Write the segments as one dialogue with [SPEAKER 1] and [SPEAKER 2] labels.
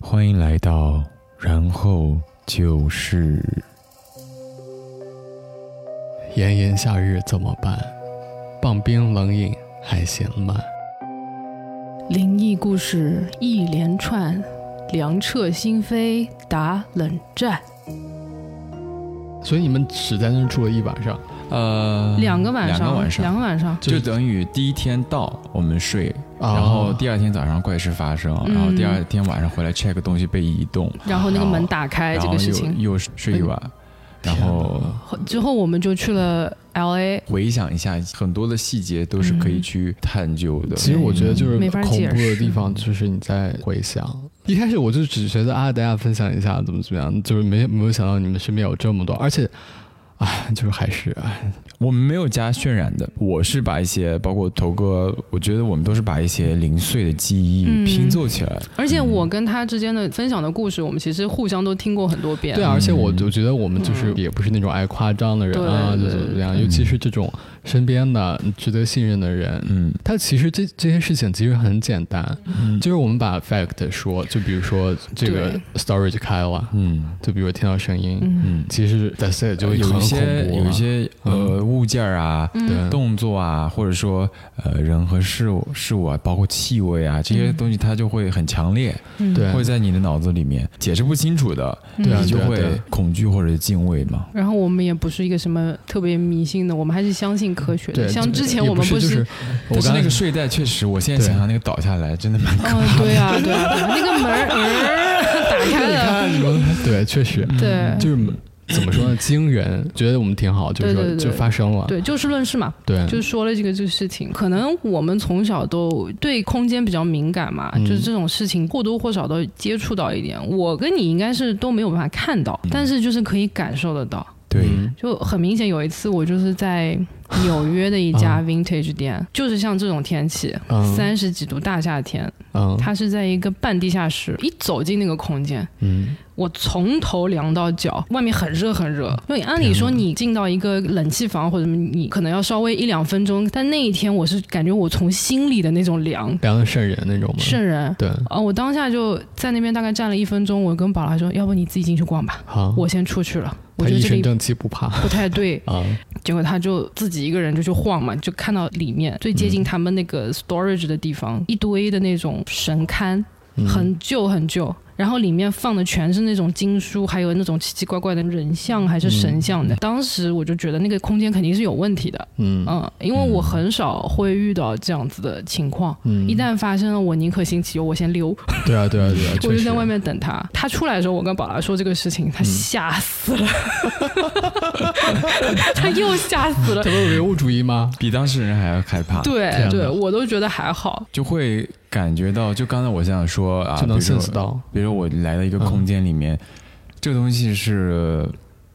[SPEAKER 1] 欢迎来到，然后就是
[SPEAKER 2] 炎炎夏日怎么办？棒冰冷饮还嫌慢。
[SPEAKER 3] 灵异故事一连串，凉彻心扉打冷战。
[SPEAKER 2] 所以你们只在那儿住了一晚上，
[SPEAKER 1] 呃
[SPEAKER 2] 嗯
[SPEAKER 3] 两个晚上，
[SPEAKER 1] 两个晚上，
[SPEAKER 3] 两个晚上
[SPEAKER 1] 就等于第一天到我们睡，然后第二天早上怪事发生，
[SPEAKER 3] 嗯
[SPEAKER 1] 然后第二天晚上回来 check 东西被移动，
[SPEAKER 3] 然后那个门打开
[SPEAKER 1] 然
[SPEAKER 3] 这
[SPEAKER 1] 后
[SPEAKER 3] 个事
[SPEAKER 1] 又
[SPEAKER 3] 情，
[SPEAKER 1] 又睡一晚，然后
[SPEAKER 3] 后之后我们就去了 L A，
[SPEAKER 1] 回想一下，很多的细节都是
[SPEAKER 3] 嗯
[SPEAKER 1] 可以去探究的。
[SPEAKER 2] 其实我觉得就是
[SPEAKER 3] 没法
[SPEAKER 2] 恐
[SPEAKER 3] 解
[SPEAKER 2] 怖的
[SPEAKER 3] 释
[SPEAKER 2] 地方，就是你在回想。一开始我就只觉得啊，大家分享一下怎么怎么样，就是没没有想到你们身边有这么多，而且，哎，就是还是哎，
[SPEAKER 1] 我们没有加渲染的，我是把一些包括头哥，我觉得我们都是把一些零碎的记忆
[SPEAKER 3] 嗯
[SPEAKER 1] 拼凑起来。
[SPEAKER 3] 而且我跟他之间的分享的故事，我们其实互相都听过很多遍。
[SPEAKER 2] 对啊，而且我
[SPEAKER 1] 嗯
[SPEAKER 2] 就觉得我们就是
[SPEAKER 3] 嗯
[SPEAKER 2] 也不是那种爱夸张的人啊，就
[SPEAKER 3] 对对
[SPEAKER 2] 怎么怎么样，
[SPEAKER 1] 对
[SPEAKER 2] 尤其是这种身边的值得信任的人，
[SPEAKER 1] 嗯，
[SPEAKER 2] 它其实这这些事情其实很简单，
[SPEAKER 1] 嗯
[SPEAKER 2] 就是我们把 fact 说，就比如说这个
[SPEAKER 3] 对
[SPEAKER 2] story 就开了，
[SPEAKER 1] 嗯
[SPEAKER 2] 就比如听到声音，
[SPEAKER 3] 嗯
[SPEAKER 1] 嗯，
[SPEAKER 2] 其实 that's it 就很
[SPEAKER 1] 有
[SPEAKER 2] 恐
[SPEAKER 1] 一
[SPEAKER 2] 怖啊嗯
[SPEAKER 1] 些
[SPEAKER 2] 了
[SPEAKER 1] 有一些呃物件儿啊、
[SPEAKER 2] 对
[SPEAKER 3] 嗯，
[SPEAKER 1] 动作啊，或者说呃人和事物事物啊，包括气味啊这些
[SPEAKER 3] 嗯
[SPEAKER 1] 东西，它就会很强烈，
[SPEAKER 3] 嗯
[SPEAKER 2] 对啊
[SPEAKER 1] 会在你的脑子里面解释不清楚的，
[SPEAKER 2] 对啊
[SPEAKER 1] 你就
[SPEAKER 2] 对啊对
[SPEAKER 1] 会
[SPEAKER 2] 啊
[SPEAKER 1] 恐惧或者敬畏嘛。
[SPEAKER 3] 然后我们也不是一个什么特别迷信的，我们还是相信科学的。
[SPEAKER 2] 对，
[SPEAKER 3] 像之前
[SPEAKER 2] 也
[SPEAKER 3] 我们
[SPEAKER 2] 不
[SPEAKER 3] 不
[SPEAKER 2] 是 就是我
[SPEAKER 1] 但是
[SPEAKER 2] 刚
[SPEAKER 1] 那
[SPEAKER 2] 才
[SPEAKER 1] 个睡袋确实，我现在
[SPEAKER 2] 对
[SPEAKER 1] 想想那个倒下来真的蛮可
[SPEAKER 3] 嗯，对啊，对啊，对啊那个门儿、呃打开了，
[SPEAKER 2] 看什么， 对，确实
[SPEAKER 3] 对
[SPEAKER 2] 就是怎么说呢，惊人，觉得我们挺好，就是
[SPEAKER 3] 对
[SPEAKER 2] 说
[SPEAKER 3] 对对
[SPEAKER 2] 就发生了，
[SPEAKER 3] 对，就事论事嘛。
[SPEAKER 2] 对，
[SPEAKER 3] 就说了这个这个事情，可能我们从小都对空间比较敏感嘛，
[SPEAKER 2] 嗯
[SPEAKER 3] 就是这种事情或多或少都接触到一点。我跟你应该是都没有办法看到，但是就是可以感受得到。
[SPEAKER 1] 对，
[SPEAKER 2] 嗯
[SPEAKER 3] 就很明显，有一次我就是在纽约的一家 vintage 店，就是像这种天气，
[SPEAKER 2] 啊嗯
[SPEAKER 3] 三十、几度大夏天，
[SPEAKER 2] 嗯
[SPEAKER 3] 它是在一个半地下室，一走进那个空间，
[SPEAKER 2] 嗯，
[SPEAKER 3] 我从头凉到脚，外面很热很热。因为按理说你进到一个冷气房或者什么，你可能要稍微一两分钟，但那一天我是感觉我从心里的那种凉
[SPEAKER 2] 两个圣人那种吗？
[SPEAKER 3] 渗人。
[SPEAKER 2] 对，
[SPEAKER 3] 啊！我当下就在那边大概站了一分钟，我跟宝拉说：“要不你自己进去逛吧，
[SPEAKER 2] 好，
[SPEAKER 3] 我先出去了。”我
[SPEAKER 2] 哦他
[SPEAKER 3] 觉得
[SPEAKER 2] 一
[SPEAKER 3] 这
[SPEAKER 2] 身
[SPEAKER 3] 里
[SPEAKER 2] 正气不怕
[SPEAKER 3] 不太对。
[SPEAKER 2] 啊，
[SPEAKER 3] 结果他就自己一个人就去晃嘛，就看到里面最接近他们那个 storage 的地方，一堆的那种神龛，
[SPEAKER 2] 嗯
[SPEAKER 3] 很旧很旧，然后里面放的全是那种经书，还有那种奇奇怪怪的人像还
[SPEAKER 1] 嗯
[SPEAKER 3] 是神像的。当时我就觉得那个空间肯定是有问题的，
[SPEAKER 2] 嗯
[SPEAKER 3] 嗯，因为我很少会遇到这样子的情况。
[SPEAKER 2] 嗯
[SPEAKER 3] 一旦发生了，我宁可信其有，我先溜，
[SPEAKER 2] 对啊对啊对啊，
[SPEAKER 3] 我就
[SPEAKER 2] 确
[SPEAKER 3] 在
[SPEAKER 2] 实
[SPEAKER 3] 外面等他。他出来的时候，我跟宝拉说这个事情，
[SPEAKER 1] 嗯
[SPEAKER 3] 他吓死了， 他又吓死 了
[SPEAKER 2] 这。不是唯物主义吗？
[SPEAKER 1] 比当事人还要害怕，
[SPEAKER 2] 天
[SPEAKER 3] 对
[SPEAKER 2] 哪
[SPEAKER 3] 对，我都觉得还好。
[SPEAKER 1] 就会感觉到，就刚才我想说啊，
[SPEAKER 2] 就能
[SPEAKER 1] 比如说
[SPEAKER 2] sense 到，嗯
[SPEAKER 1] 比如我来到一个空间里面，这个东西是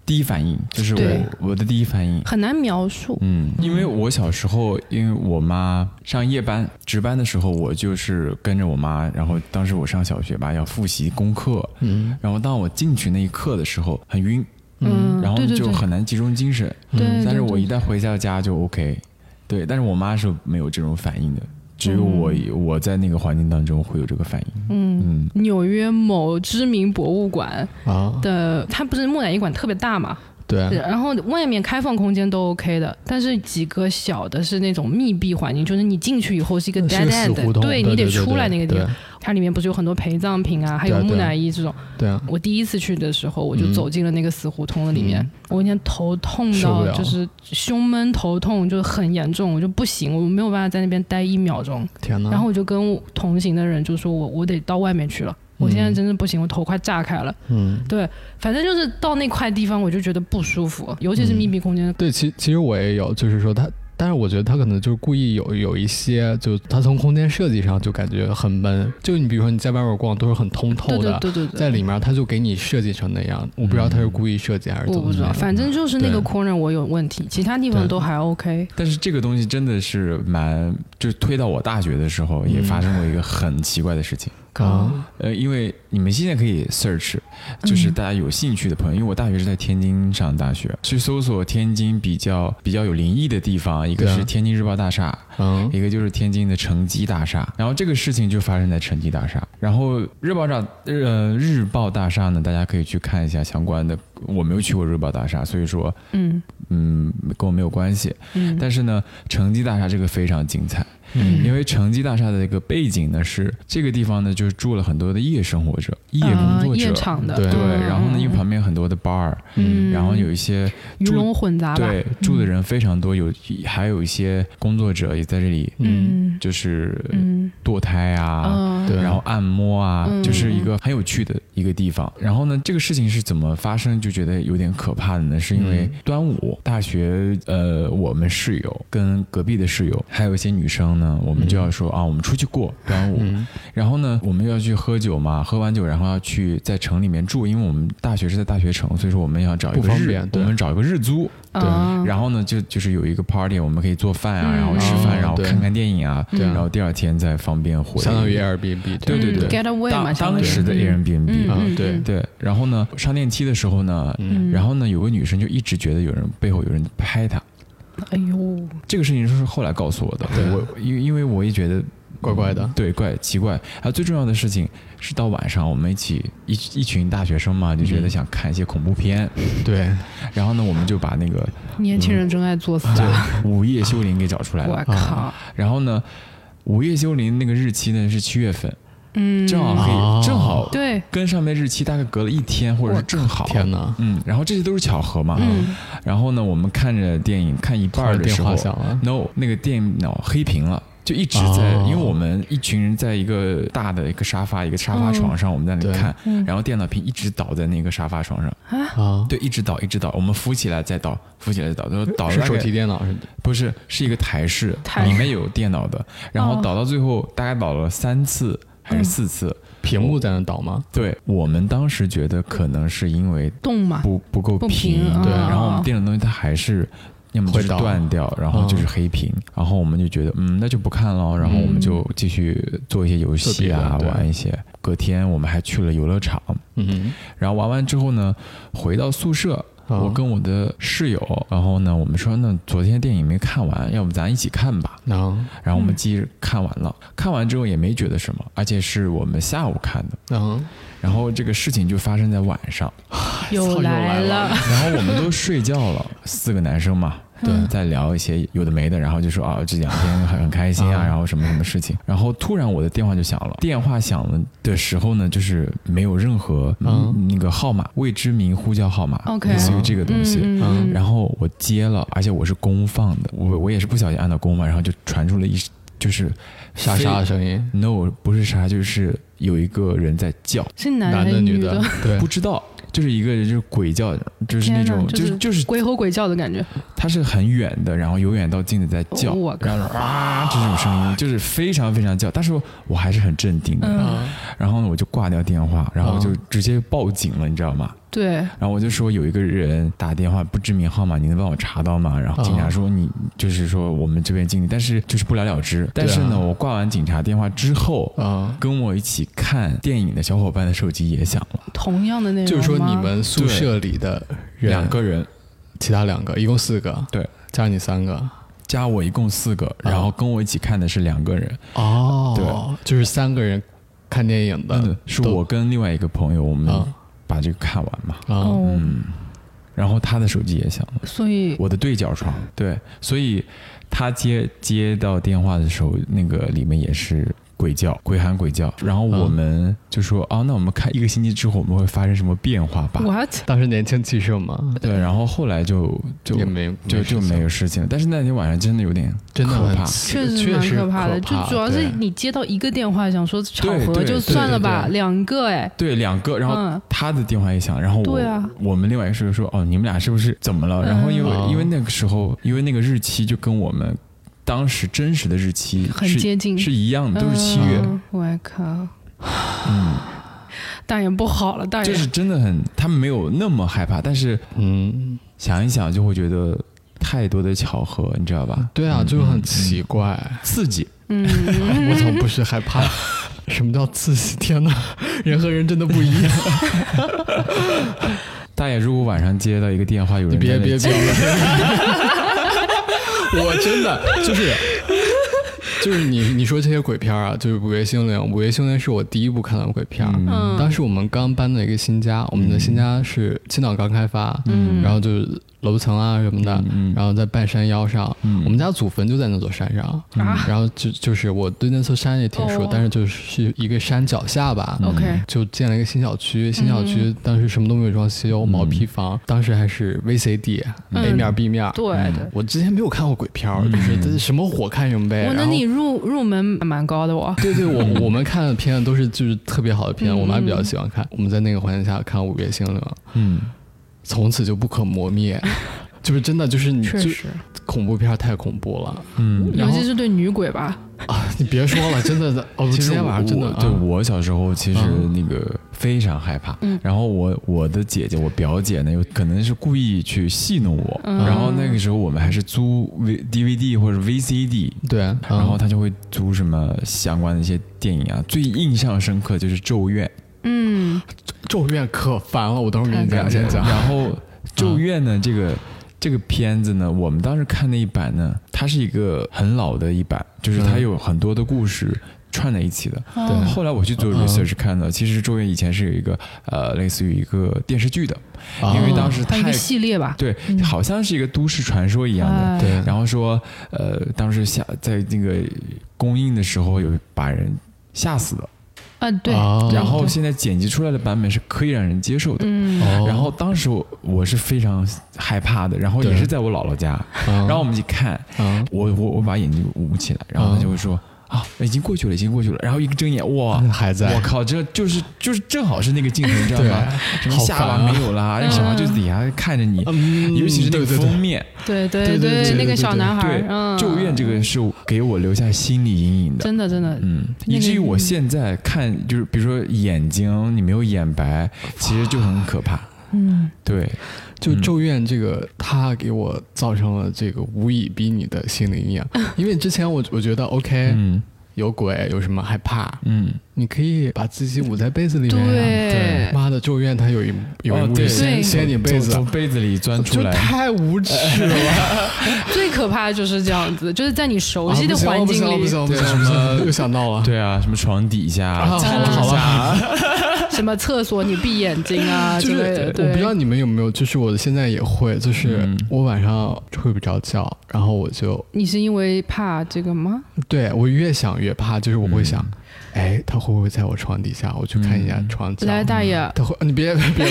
[SPEAKER 1] 第一反应，就是
[SPEAKER 3] 对
[SPEAKER 1] 我我的第一反应。
[SPEAKER 3] 很难描述，
[SPEAKER 1] 嗯，因为我小时候，因为我妈上夜班值班的时候，我就是跟着我妈，然后当时我上小学吧，要复习功课，
[SPEAKER 2] 嗯
[SPEAKER 1] 然后当我进去那一刻的时候很晕，
[SPEAKER 3] 嗯，
[SPEAKER 1] 然后
[SPEAKER 3] 对对
[SPEAKER 1] 就
[SPEAKER 3] 对
[SPEAKER 1] 很难集中精神。
[SPEAKER 3] 对对
[SPEAKER 1] 但是我
[SPEAKER 3] 对
[SPEAKER 1] 一旦回到家就 OK，对，但是我妈是没有这种反应的，只
[SPEAKER 3] 嗯
[SPEAKER 1] 有我、我在那个环境当中会有这个反应。嗯
[SPEAKER 3] 纽约某知名博物馆
[SPEAKER 2] 啊，
[SPEAKER 3] 的，它不是木乃伊馆特别大嘛，
[SPEAKER 2] 对，啊
[SPEAKER 3] 然后外面开放空间都 OK 的，但是几个小的是那种密闭环境，就是你进去以后是一个
[SPEAKER 2] 是
[SPEAKER 3] dead
[SPEAKER 2] 个死
[SPEAKER 3] end，
[SPEAKER 2] 胡同，对
[SPEAKER 3] 你得
[SPEAKER 2] 对对
[SPEAKER 3] 出来那个地
[SPEAKER 2] 对
[SPEAKER 3] 方。它里面不是有很多陪葬品啊，
[SPEAKER 2] 对
[SPEAKER 3] 还有
[SPEAKER 2] 啊对啊
[SPEAKER 3] 木乃伊这种。
[SPEAKER 2] 对啊，
[SPEAKER 3] 我第一次去的时候，我就
[SPEAKER 2] 嗯
[SPEAKER 3] 走进了那个死胡同的里面，
[SPEAKER 2] 嗯
[SPEAKER 3] 我那天头痛
[SPEAKER 2] 受不
[SPEAKER 3] 到
[SPEAKER 2] 了
[SPEAKER 3] 就是胸闷头痛，就很严重，我就不行，我没有办法在那边待一秒钟。
[SPEAKER 2] 天哪！
[SPEAKER 3] 然后我就跟我同行的人就说我我得到外面去了，我现在
[SPEAKER 1] 嗯
[SPEAKER 3] 真的不行，我头快炸开了。
[SPEAKER 2] 嗯，
[SPEAKER 3] 对，反正就是到那块地方我就觉得不舒服，尤
[SPEAKER 1] 嗯
[SPEAKER 3] 其是密闭空间。
[SPEAKER 2] 对，其其实我也有，就是说他。但是我觉得他可能就是故意有有一些，就他从空间设计上就感觉很闷。就你比如说你在外面逛都是很通透
[SPEAKER 3] 对
[SPEAKER 2] 的，
[SPEAKER 3] 对对对对，嗯
[SPEAKER 2] 在里面他就给你设计成那样。我不知道他是故意设计还是怎
[SPEAKER 3] 我
[SPEAKER 2] 么
[SPEAKER 3] 不知
[SPEAKER 2] 怎么
[SPEAKER 3] 道，
[SPEAKER 2] 样。
[SPEAKER 3] 反正就是那个
[SPEAKER 2] 对
[SPEAKER 3] corner 我有问题，其他地
[SPEAKER 2] 对
[SPEAKER 3] 方都还 OK。
[SPEAKER 1] 但是这个东西真的是蛮，就是推到我大学的时候也
[SPEAKER 2] 嗯
[SPEAKER 1] 发生过一个很奇怪的事情。
[SPEAKER 2] 啊，
[SPEAKER 1] 呃，因为你们现在可以 search，就是
[SPEAKER 2] 嗯
[SPEAKER 1] 大家有兴趣的朋友，因为我大学是在天津上大学，去搜索天津比较比较有灵异的地方，一个
[SPEAKER 2] 对啊
[SPEAKER 1] 是天津日报大厦，
[SPEAKER 2] 嗯
[SPEAKER 1] 一个就是天津的城基大厦，然后这个事情就发生在城基大厦。然后日报大呃日报大厦呢，大家可以去看一下相关的。我没有去过日报大厦，所以说
[SPEAKER 3] 嗯
[SPEAKER 1] 嗯跟我没有关系。
[SPEAKER 3] 嗯，
[SPEAKER 1] 但是呢，城基大厦这个非常精彩，
[SPEAKER 3] 嗯
[SPEAKER 1] 因为城基大厦的一个背景呢是这个地方呢就是住了很多的夜生活者、夜工
[SPEAKER 3] 呃
[SPEAKER 1] 作者
[SPEAKER 3] 夜，场的
[SPEAKER 2] 对
[SPEAKER 1] 对。然后呢，因为旁
[SPEAKER 3] 边
[SPEAKER 1] 边有很多的 bar，
[SPEAKER 3] 嗯
[SPEAKER 1] 然后有一些
[SPEAKER 3] 鱼龙混杂吧，
[SPEAKER 1] 对住的人非常多，有还有一些工作者也在这里。
[SPEAKER 3] 嗯
[SPEAKER 1] 就是
[SPEAKER 3] 嗯
[SPEAKER 1] 堕胎啊，
[SPEAKER 3] 嗯
[SPEAKER 2] 对
[SPEAKER 1] 然后按摩啊，
[SPEAKER 3] 嗯
[SPEAKER 1] 就是一个很有趣的一个地方。然后呢，这个事情是怎么发生，就觉得有点可怕的呢？是因为
[SPEAKER 2] 嗯
[SPEAKER 1] 端午大学，呃，我们室友跟隔壁的室友，还有一些女生呢，我们就要
[SPEAKER 3] 嗯
[SPEAKER 1] 说、啊，我们出去过端午。
[SPEAKER 2] 嗯
[SPEAKER 1] 然后呢，我们要去喝酒嘛，喝完酒然后要去在城里面住，因为我们大学是在大学城，所以说我们要找一
[SPEAKER 2] 不
[SPEAKER 1] 个
[SPEAKER 2] 方
[SPEAKER 1] 日
[SPEAKER 2] 便，
[SPEAKER 1] 我
[SPEAKER 2] 对
[SPEAKER 1] 们找一个日租。
[SPEAKER 3] 啊
[SPEAKER 1] 然后呢，就就是有一个 party，我们可以做饭啊，
[SPEAKER 3] 嗯
[SPEAKER 1] 然后吃
[SPEAKER 2] 哦
[SPEAKER 1] 饭，然后
[SPEAKER 2] 对
[SPEAKER 1] 看看电影啊，
[SPEAKER 2] 对啊
[SPEAKER 1] 然后第二天再方便回。
[SPEAKER 2] 相当于 Airbnb 这
[SPEAKER 1] 对
[SPEAKER 2] 样
[SPEAKER 1] 对对
[SPEAKER 3] 嗯，get away 嘛，
[SPEAKER 1] 当
[SPEAKER 3] 相当
[SPEAKER 1] 当
[SPEAKER 3] 于
[SPEAKER 1] 时的 Airbnb
[SPEAKER 3] 嗯
[SPEAKER 2] 啊
[SPEAKER 3] 嗯
[SPEAKER 2] 对
[SPEAKER 3] 嗯
[SPEAKER 1] 对，然后呢，上电梯的时候呢，
[SPEAKER 3] 嗯
[SPEAKER 1] 然后呢，有个女生就一直觉得有人背后有人拍她，
[SPEAKER 3] 哎呦，
[SPEAKER 1] 这个事情是后来告诉我的，
[SPEAKER 2] 对
[SPEAKER 1] 我因为因为我也觉得
[SPEAKER 2] 怪怪的
[SPEAKER 1] 对，怪奇怪。还有最重要的事情是到晚上，我们一起一一群大学生嘛，就觉得
[SPEAKER 2] 嗯
[SPEAKER 1] 想看一些恐怖片，
[SPEAKER 2] 对
[SPEAKER 1] 然后呢，我们就把那个
[SPEAKER 3] 年轻人真爱作死
[SPEAKER 1] 嗯对
[SPEAKER 3] 啊！
[SPEAKER 1] 《午夜修铃》给找出来了
[SPEAKER 3] 我，靠，
[SPEAKER 1] 然后呢。午夜修铃那个日期呢是七月份，
[SPEAKER 3] 嗯，
[SPEAKER 1] 正好可以，
[SPEAKER 2] 哦
[SPEAKER 1] 正好
[SPEAKER 3] 对，
[SPEAKER 1] 跟上面日期大概隔了一天，或者
[SPEAKER 3] 我
[SPEAKER 1] 是正好。
[SPEAKER 2] 天哪，
[SPEAKER 1] 嗯，然后这些都是巧合嘛。
[SPEAKER 3] 嗯
[SPEAKER 1] 然后呢，我们看着电影看一半
[SPEAKER 2] 突
[SPEAKER 1] 儿
[SPEAKER 2] 然
[SPEAKER 1] 的
[SPEAKER 2] 电
[SPEAKER 1] 时候
[SPEAKER 2] 话响了，
[SPEAKER 1] ，no，那个电脑黑屏了。就一直在，
[SPEAKER 2] 哦
[SPEAKER 1] 因为我们一群人在一个大的一个沙发、一个沙发床上，我们在那里
[SPEAKER 2] 对
[SPEAKER 1] 看，
[SPEAKER 3] 嗯
[SPEAKER 1] 然后电脑屏一直倒在那个沙发床上，
[SPEAKER 3] 啊，
[SPEAKER 2] 啊，
[SPEAKER 1] 对，一直倒，一直倒，我们扶起来再倒，扶起来再倒，就倒了
[SPEAKER 2] 是
[SPEAKER 1] 大
[SPEAKER 2] 手
[SPEAKER 1] 概
[SPEAKER 2] 提电脑是
[SPEAKER 1] 不是是一个台式，
[SPEAKER 3] 台
[SPEAKER 1] 里面有电脑的，然后
[SPEAKER 3] 哦
[SPEAKER 1] 倒到最后大概倒了三次还是四次，
[SPEAKER 3] 嗯
[SPEAKER 2] 屏幕在那倒吗？
[SPEAKER 1] 对我们当时觉得可能是因为
[SPEAKER 3] 动嘛，
[SPEAKER 1] 不不够
[SPEAKER 3] 不
[SPEAKER 1] 平
[SPEAKER 3] 平，
[SPEAKER 2] 对
[SPEAKER 1] 嗯
[SPEAKER 3] 啊
[SPEAKER 1] 然后我们电脑东西它还是。要么就是
[SPEAKER 2] 哦会倒嗯
[SPEAKER 1] 断掉，然后就是黑屏，然后我们就觉得，嗯，那就不看了，然后我们就继续做一些游戏啊
[SPEAKER 2] 特，别的对
[SPEAKER 1] 玩一些。隔天我们还去了游乐场，
[SPEAKER 2] 嗯，
[SPEAKER 1] 然后玩完之后呢，回到宿舍，
[SPEAKER 2] 啊
[SPEAKER 1] 我跟我的室友，然后呢，我们说，那昨天电影没看完，要不咱一起看吧？
[SPEAKER 2] 能
[SPEAKER 1] 然后我们
[SPEAKER 3] 嗯
[SPEAKER 1] 接着看完了，看完之后也没觉得什么，而且是我们下午看的，
[SPEAKER 2] 能，
[SPEAKER 1] 然后这个事情就发生在晚上。
[SPEAKER 3] 又来 了，
[SPEAKER 1] 然后我们都睡觉了，四个男生嘛，
[SPEAKER 3] 嗯
[SPEAKER 2] 对
[SPEAKER 1] 在聊一些有的没的，然后就说啊，这两天很很开心啊，
[SPEAKER 3] 嗯
[SPEAKER 2] 啊
[SPEAKER 1] 然后什么什么事情，然后突然我的电话就响了，电话响了的时候呢，就是没有任何、
[SPEAKER 2] 嗯
[SPEAKER 1] 那个号码，未知名呼叫号码
[SPEAKER 3] OK
[SPEAKER 1] 类似于这个东西。
[SPEAKER 3] 嗯
[SPEAKER 2] 嗯
[SPEAKER 1] 然后我接了，而且我是公放的，我我也是不小心按到公放，然后就传出了一就是
[SPEAKER 2] 沙沙的声音，
[SPEAKER 1] no 不是啥，就是有一个人在叫，
[SPEAKER 3] 是男
[SPEAKER 2] 男
[SPEAKER 3] 还
[SPEAKER 2] 的
[SPEAKER 3] 是
[SPEAKER 2] 女
[SPEAKER 3] 的
[SPEAKER 2] 的，，对
[SPEAKER 1] 不，知道，就是一个人就是鬼叫，就是那
[SPEAKER 3] 天哪
[SPEAKER 1] 种
[SPEAKER 3] 就是
[SPEAKER 1] 就是就是
[SPEAKER 3] 鬼吼鬼叫的感觉，
[SPEAKER 1] 它是很远的，然后由远到近的在 叫，
[SPEAKER 3] 我靠
[SPEAKER 1] 然后啊这种声音就是非常非常叫，但是我还是很镇定的。
[SPEAKER 3] 嗯
[SPEAKER 2] 啊
[SPEAKER 1] 然后呢，我就挂掉电话，然后
[SPEAKER 2] 啊
[SPEAKER 1] 就直接报警了，你知道吗？
[SPEAKER 3] 对，
[SPEAKER 1] 然后我就说有一个人打电话不知名号码，你能帮我查到吗？然后警察说你就是说我们这边经理，但是就是不了了之。但是呢，我挂完警察电话之后。
[SPEAKER 2] 啊，
[SPEAKER 1] 跟我一起看电影的小伙伴的手机也响了，
[SPEAKER 3] 同样的内容
[SPEAKER 2] 就是说你
[SPEAKER 3] 吗
[SPEAKER 2] 们宿舍里的人
[SPEAKER 1] 两，个人
[SPEAKER 2] 其他两个，一共四个，
[SPEAKER 1] 对，
[SPEAKER 2] 加你三个，
[SPEAKER 1] 加我一共四个，然后跟我一起看的是两个人，
[SPEAKER 2] 哦，对，就是三个人看电影的
[SPEAKER 1] 嗯，，是
[SPEAKER 2] 都
[SPEAKER 1] 我跟另外一个朋友，我们
[SPEAKER 3] 嗯
[SPEAKER 2] 啊
[SPEAKER 1] 把这个看完嘛。嗯
[SPEAKER 2] 啊，
[SPEAKER 3] 哦，
[SPEAKER 1] 然后他的手机也响了，
[SPEAKER 3] 所以
[SPEAKER 1] 嗯我的对角床，对，所以他接接到电话的时候，那个里面也是鬼叫，鬼喊鬼叫。然后
[SPEAKER 3] 嗯
[SPEAKER 1] 我们就说、啊，那我们看一个星期之后我们会发生什么变化吧？
[SPEAKER 3] what
[SPEAKER 2] 当时年轻气盛嘛，
[SPEAKER 1] 对，然后后来就就
[SPEAKER 2] 也没
[SPEAKER 1] 就
[SPEAKER 2] 事
[SPEAKER 1] 就没
[SPEAKER 2] 情
[SPEAKER 1] 有事情了。但是那天晚上真的有点
[SPEAKER 2] 真的
[SPEAKER 1] 可
[SPEAKER 2] 很
[SPEAKER 1] 怕
[SPEAKER 3] 确
[SPEAKER 2] 实
[SPEAKER 3] 实
[SPEAKER 2] 确
[SPEAKER 3] 蛮
[SPEAKER 2] 实
[SPEAKER 3] 可怕的，就主要是
[SPEAKER 2] 对
[SPEAKER 3] 你接到一个电话，想说巧
[SPEAKER 1] 对
[SPEAKER 3] 合
[SPEAKER 1] 对
[SPEAKER 3] 就
[SPEAKER 1] 对
[SPEAKER 3] 算了
[SPEAKER 2] 对
[SPEAKER 3] 吧，
[SPEAKER 2] 对
[SPEAKER 3] 两个哎，
[SPEAKER 1] 对两个，然后
[SPEAKER 3] 嗯
[SPEAKER 1] 他的电话也响，然后我、
[SPEAKER 3] 对啊
[SPEAKER 1] 我们另外一个室友说：“哦，你们俩是不是怎么了？”然后因为、
[SPEAKER 2] 嗯
[SPEAKER 1] 因为那个时候，因为那个日期就跟我们当时真实的日期
[SPEAKER 3] 很
[SPEAKER 1] 是
[SPEAKER 3] 接近
[SPEAKER 1] 是一样的，都是七月，
[SPEAKER 3] 嗯我靠，
[SPEAKER 1] 嗯，
[SPEAKER 3] 大眼不好了，大
[SPEAKER 1] 就
[SPEAKER 3] 眼
[SPEAKER 1] 是真的很，他们没有那么害怕，但是
[SPEAKER 2] 嗯，
[SPEAKER 1] 想一想就会觉得太多的巧合，你知道吧？
[SPEAKER 2] 对啊，
[SPEAKER 1] 嗯
[SPEAKER 2] 就是
[SPEAKER 1] 嗯
[SPEAKER 2] 很
[SPEAKER 1] 嗯
[SPEAKER 2] 奇怪。
[SPEAKER 1] 刺激，
[SPEAKER 2] 哎
[SPEAKER 3] 嗯，
[SPEAKER 2] 我怎么不是害怕？什么叫刺激？天哪，人和人真的不一样。
[SPEAKER 1] 大爷，如果晚上接到一个电话，有
[SPEAKER 2] 你
[SPEAKER 1] 人
[SPEAKER 2] 别
[SPEAKER 1] 在那
[SPEAKER 2] 别
[SPEAKER 1] 接
[SPEAKER 2] 别！我真的就是就是你你说这些鬼片儿啊，就是《午夜凶铃》，《午夜凶铃》是我第一部看到的鬼片儿。
[SPEAKER 1] 嗯
[SPEAKER 3] 嗯，
[SPEAKER 2] 当时我们刚搬到一个新家，我们的新家是青岛刚开发，
[SPEAKER 3] 嗯
[SPEAKER 2] 然后就是楼层啊什么的，
[SPEAKER 1] 嗯
[SPEAKER 2] 然后在半山腰上，
[SPEAKER 1] 嗯
[SPEAKER 2] 我们家祖坟就在那座山上，
[SPEAKER 3] 啊
[SPEAKER 2] 然后就就是我对那座山也挺熟，
[SPEAKER 3] 哦
[SPEAKER 2] 但是就是一个山脚下吧。
[SPEAKER 3] ，OK，
[SPEAKER 2] 就建了一个新小区，
[SPEAKER 1] 嗯
[SPEAKER 2] 新小区当时什么都没有装修，毛坯房，当时还是 VCD、
[SPEAKER 3] 嗯
[SPEAKER 2] A 面 B 面。
[SPEAKER 3] 对对。
[SPEAKER 2] 我之前没有看过鬼片
[SPEAKER 1] 嗯
[SPEAKER 2] 儿，就是这什么火看什么呗。
[SPEAKER 3] 我那
[SPEAKER 2] 然后
[SPEAKER 3] 你入入门还蛮高的我，
[SPEAKER 2] 对对，我我们看的片都是就是特别好的片，
[SPEAKER 3] 嗯
[SPEAKER 2] 我妈比较喜欢看。我们在那个环境下看《五月星铃》，
[SPEAKER 1] 嗯，
[SPEAKER 2] 从此就不可磨 灭。就是真的，就是你
[SPEAKER 3] 确
[SPEAKER 2] 就
[SPEAKER 3] 实，
[SPEAKER 2] 恐怖片儿太恐怖了
[SPEAKER 1] 嗯，
[SPEAKER 2] 然
[SPEAKER 3] 尤
[SPEAKER 2] 后
[SPEAKER 3] 其是对女鬼吧，
[SPEAKER 2] 啊！你别说 了，真的，哦，
[SPEAKER 1] 其
[SPEAKER 2] 今
[SPEAKER 1] 实
[SPEAKER 2] 天晚上真的
[SPEAKER 1] 我对
[SPEAKER 2] 啊
[SPEAKER 1] 我小时候其实
[SPEAKER 2] 嗯
[SPEAKER 1] 那个非常害怕
[SPEAKER 3] 嗯，
[SPEAKER 1] 然后我我的姐姐我表姐呢，有可能是故意去戏弄我，
[SPEAKER 3] 嗯
[SPEAKER 1] 然后那个时候我们还是租 V DVD 或者 VCD，
[SPEAKER 2] 对，嗯然
[SPEAKER 1] 然后她就会租什么相关的一些电影啊，最印象深刻就是《咒怨》。
[SPEAKER 3] 嗯，
[SPEAKER 2] 咒怨可烦了，我嗯等会儿给你
[SPEAKER 3] 太
[SPEAKER 2] 讲，先讲。
[SPEAKER 1] 然后《咒怨》呢，这个这个片子呢，我们当时看那一版呢，它是一个很老的一版，就是它
[SPEAKER 2] 嗯
[SPEAKER 1] 有很多的故事串在一起的。
[SPEAKER 2] 嗯
[SPEAKER 1] 后来我去做
[SPEAKER 2] 嗯
[SPEAKER 1] research 看的，其实《咒怨》以前是有一个呃，类似于一个电视剧的，
[SPEAKER 2] 啊
[SPEAKER 1] 因为当时
[SPEAKER 3] 它哦一
[SPEAKER 1] 太
[SPEAKER 3] 个系列吧，
[SPEAKER 1] 对，
[SPEAKER 3] 嗯
[SPEAKER 1] 好像是一个都市传说一样的。
[SPEAKER 3] 哎
[SPEAKER 2] 对，
[SPEAKER 1] 然后说，呃，当时下在那个公映的时候有把人吓死的，
[SPEAKER 3] 啊对，
[SPEAKER 2] 啊
[SPEAKER 1] 然后
[SPEAKER 3] 对
[SPEAKER 1] 现在剪辑出来的版本是可以让人接受的。
[SPEAKER 3] 嗯
[SPEAKER 2] 哦
[SPEAKER 1] 然后当时我我是非常害怕的，然后也
[SPEAKER 2] 对哦
[SPEAKER 1] 是在我姥姥家，
[SPEAKER 2] 然
[SPEAKER 1] 然后我们一看，
[SPEAKER 2] 啊
[SPEAKER 1] 我我我把眼睛捂起来，然
[SPEAKER 2] 嗯
[SPEAKER 1] 后他就会说啊，已经过去了，已经过去了，然后一睁眼，哇，
[SPEAKER 2] 嗯还在
[SPEAKER 1] 我靠，这就是就是正好是那个镜头，你知道吗？什么
[SPEAKER 2] 好
[SPEAKER 1] 下
[SPEAKER 2] 烦
[SPEAKER 1] 巴
[SPEAKER 2] 啊
[SPEAKER 1] 没有啦，
[SPEAKER 3] 嗯
[SPEAKER 1] 那小孩就底下看着你，
[SPEAKER 2] 嗯
[SPEAKER 1] 尤其是那个
[SPEAKER 2] 对对对
[SPEAKER 1] 封面，
[SPEAKER 3] 对
[SPEAKER 2] 对
[SPEAKER 3] 对
[SPEAKER 2] 对对
[SPEAKER 3] 那
[SPEAKER 2] 对
[SPEAKER 3] 个小
[SPEAKER 2] 对
[SPEAKER 3] 男孩
[SPEAKER 1] 对
[SPEAKER 3] 儿，嗯，
[SPEAKER 1] 《咒怨》这个是给我留下心理阴影的。
[SPEAKER 3] 真的真的，
[SPEAKER 1] 嗯，
[SPEAKER 3] 那个
[SPEAKER 1] 以至于我现在看，就是比如说眼睛你没有眼白，其实就很可怕。
[SPEAKER 3] 嗯，
[SPEAKER 1] 对，
[SPEAKER 2] 就
[SPEAKER 1] 嗯
[SPEAKER 2] 《咒怨》这个，它给我造成了这个无以比拟的心理 阴影。因为之前我我觉得 OK，
[SPEAKER 1] 嗯
[SPEAKER 2] 有鬼有什么害怕，
[SPEAKER 1] 嗯，
[SPEAKER 2] 你可以把自己捂在被子里面呀。
[SPEAKER 1] 对
[SPEAKER 3] 对，
[SPEAKER 2] 妈的，《咒怨》它有一有一
[SPEAKER 1] 哦
[SPEAKER 2] 幕
[SPEAKER 1] 对
[SPEAKER 2] 是掀
[SPEAKER 3] 对
[SPEAKER 2] 掀你被
[SPEAKER 1] 从
[SPEAKER 2] 子
[SPEAKER 1] 从，被子里钻出
[SPEAKER 2] 就
[SPEAKER 1] 来，哎
[SPEAKER 2] 太无耻了。
[SPEAKER 3] 最可怕的就是这样子， 就是在你熟
[SPEAKER 2] 啊
[SPEAKER 3] 悉的
[SPEAKER 2] 不行
[SPEAKER 3] 环境
[SPEAKER 2] 不行
[SPEAKER 3] 里
[SPEAKER 2] 不，行不行
[SPEAKER 1] 对
[SPEAKER 2] 不
[SPEAKER 1] 什
[SPEAKER 2] 行，
[SPEAKER 1] 么
[SPEAKER 2] 又想到了。
[SPEAKER 1] 对啊，什么床底下、
[SPEAKER 2] 啊
[SPEAKER 1] 餐
[SPEAKER 3] 好了
[SPEAKER 1] 桌
[SPEAKER 3] 好了
[SPEAKER 1] 下，
[SPEAKER 3] 什么厕所你闭眼睛啊
[SPEAKER 2] 就
[SPEAKER 3] 之类的，
[SPEAKER 2] 是我不知道
[SPEAKER 3] 对，
[SPEAKER 2] 你们有没有，就是我现在也会，就是
[SPEAKER 1] 嗯
[SPEAKER 2] 我晚上睡不着觉，然后我就
[SPEAKER 3] 你是因为怕这个吗？
[SPEAKER 2] 对我越想越怕，就是我会想
[SPEAKER 1] 嗯，
[SPEAKER 2] 哎，他会不会在我床底下？我去看一下
[SPEAKER 1] 嗯
[SPEAKER 2] 床角。
[SPEAKER 3] 来，大爷，
[SPEAKER 2] 他会，你别别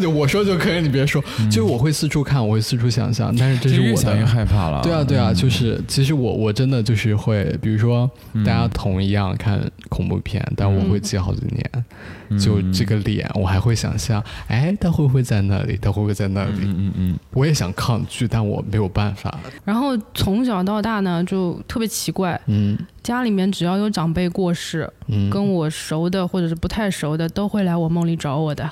[SPEAKER 2] 别，我说就可以，你别说。就是我会四处看，我会四处想象，但是这
[SPEAKER 1] 就是嗯越
[SPEAKER 2] 我
[SPEAKER 1] 想越
[SPEAKER 2] 的。
[SPEAKER 1] 害怕了。
[SPEAKER 2] 对啊，对啊，
[SPEAKER 1] 嗯
[SPEAKER 2] 就是其实我我真的就是会，比如说
[SPEAKER 1] 嗯
[SPEAKER 2] 大家同一样看恐怖片，但我会记好几年，
[SPEAKER 1] 嗯
[SPEAKER 2] 就这个脸，我还会想象，哎，他会不会在那里？他会不会在那里？
[SPEAKER 1] 嗯嗯嗯
[SPEAKER 2] 我也想抗拒，但我没有办法。
[SPEAKER 3] 然后从小到大呢，就特别奇怪，
[SPEAKER 2] 嗯
[SPEAKER 3] 家里面只要有长辈过世，
[SPEAKER 2] 嗯，
[SPEAKER 3] 跟我熟的或者是不太熟的，都会来我梦里找 我的。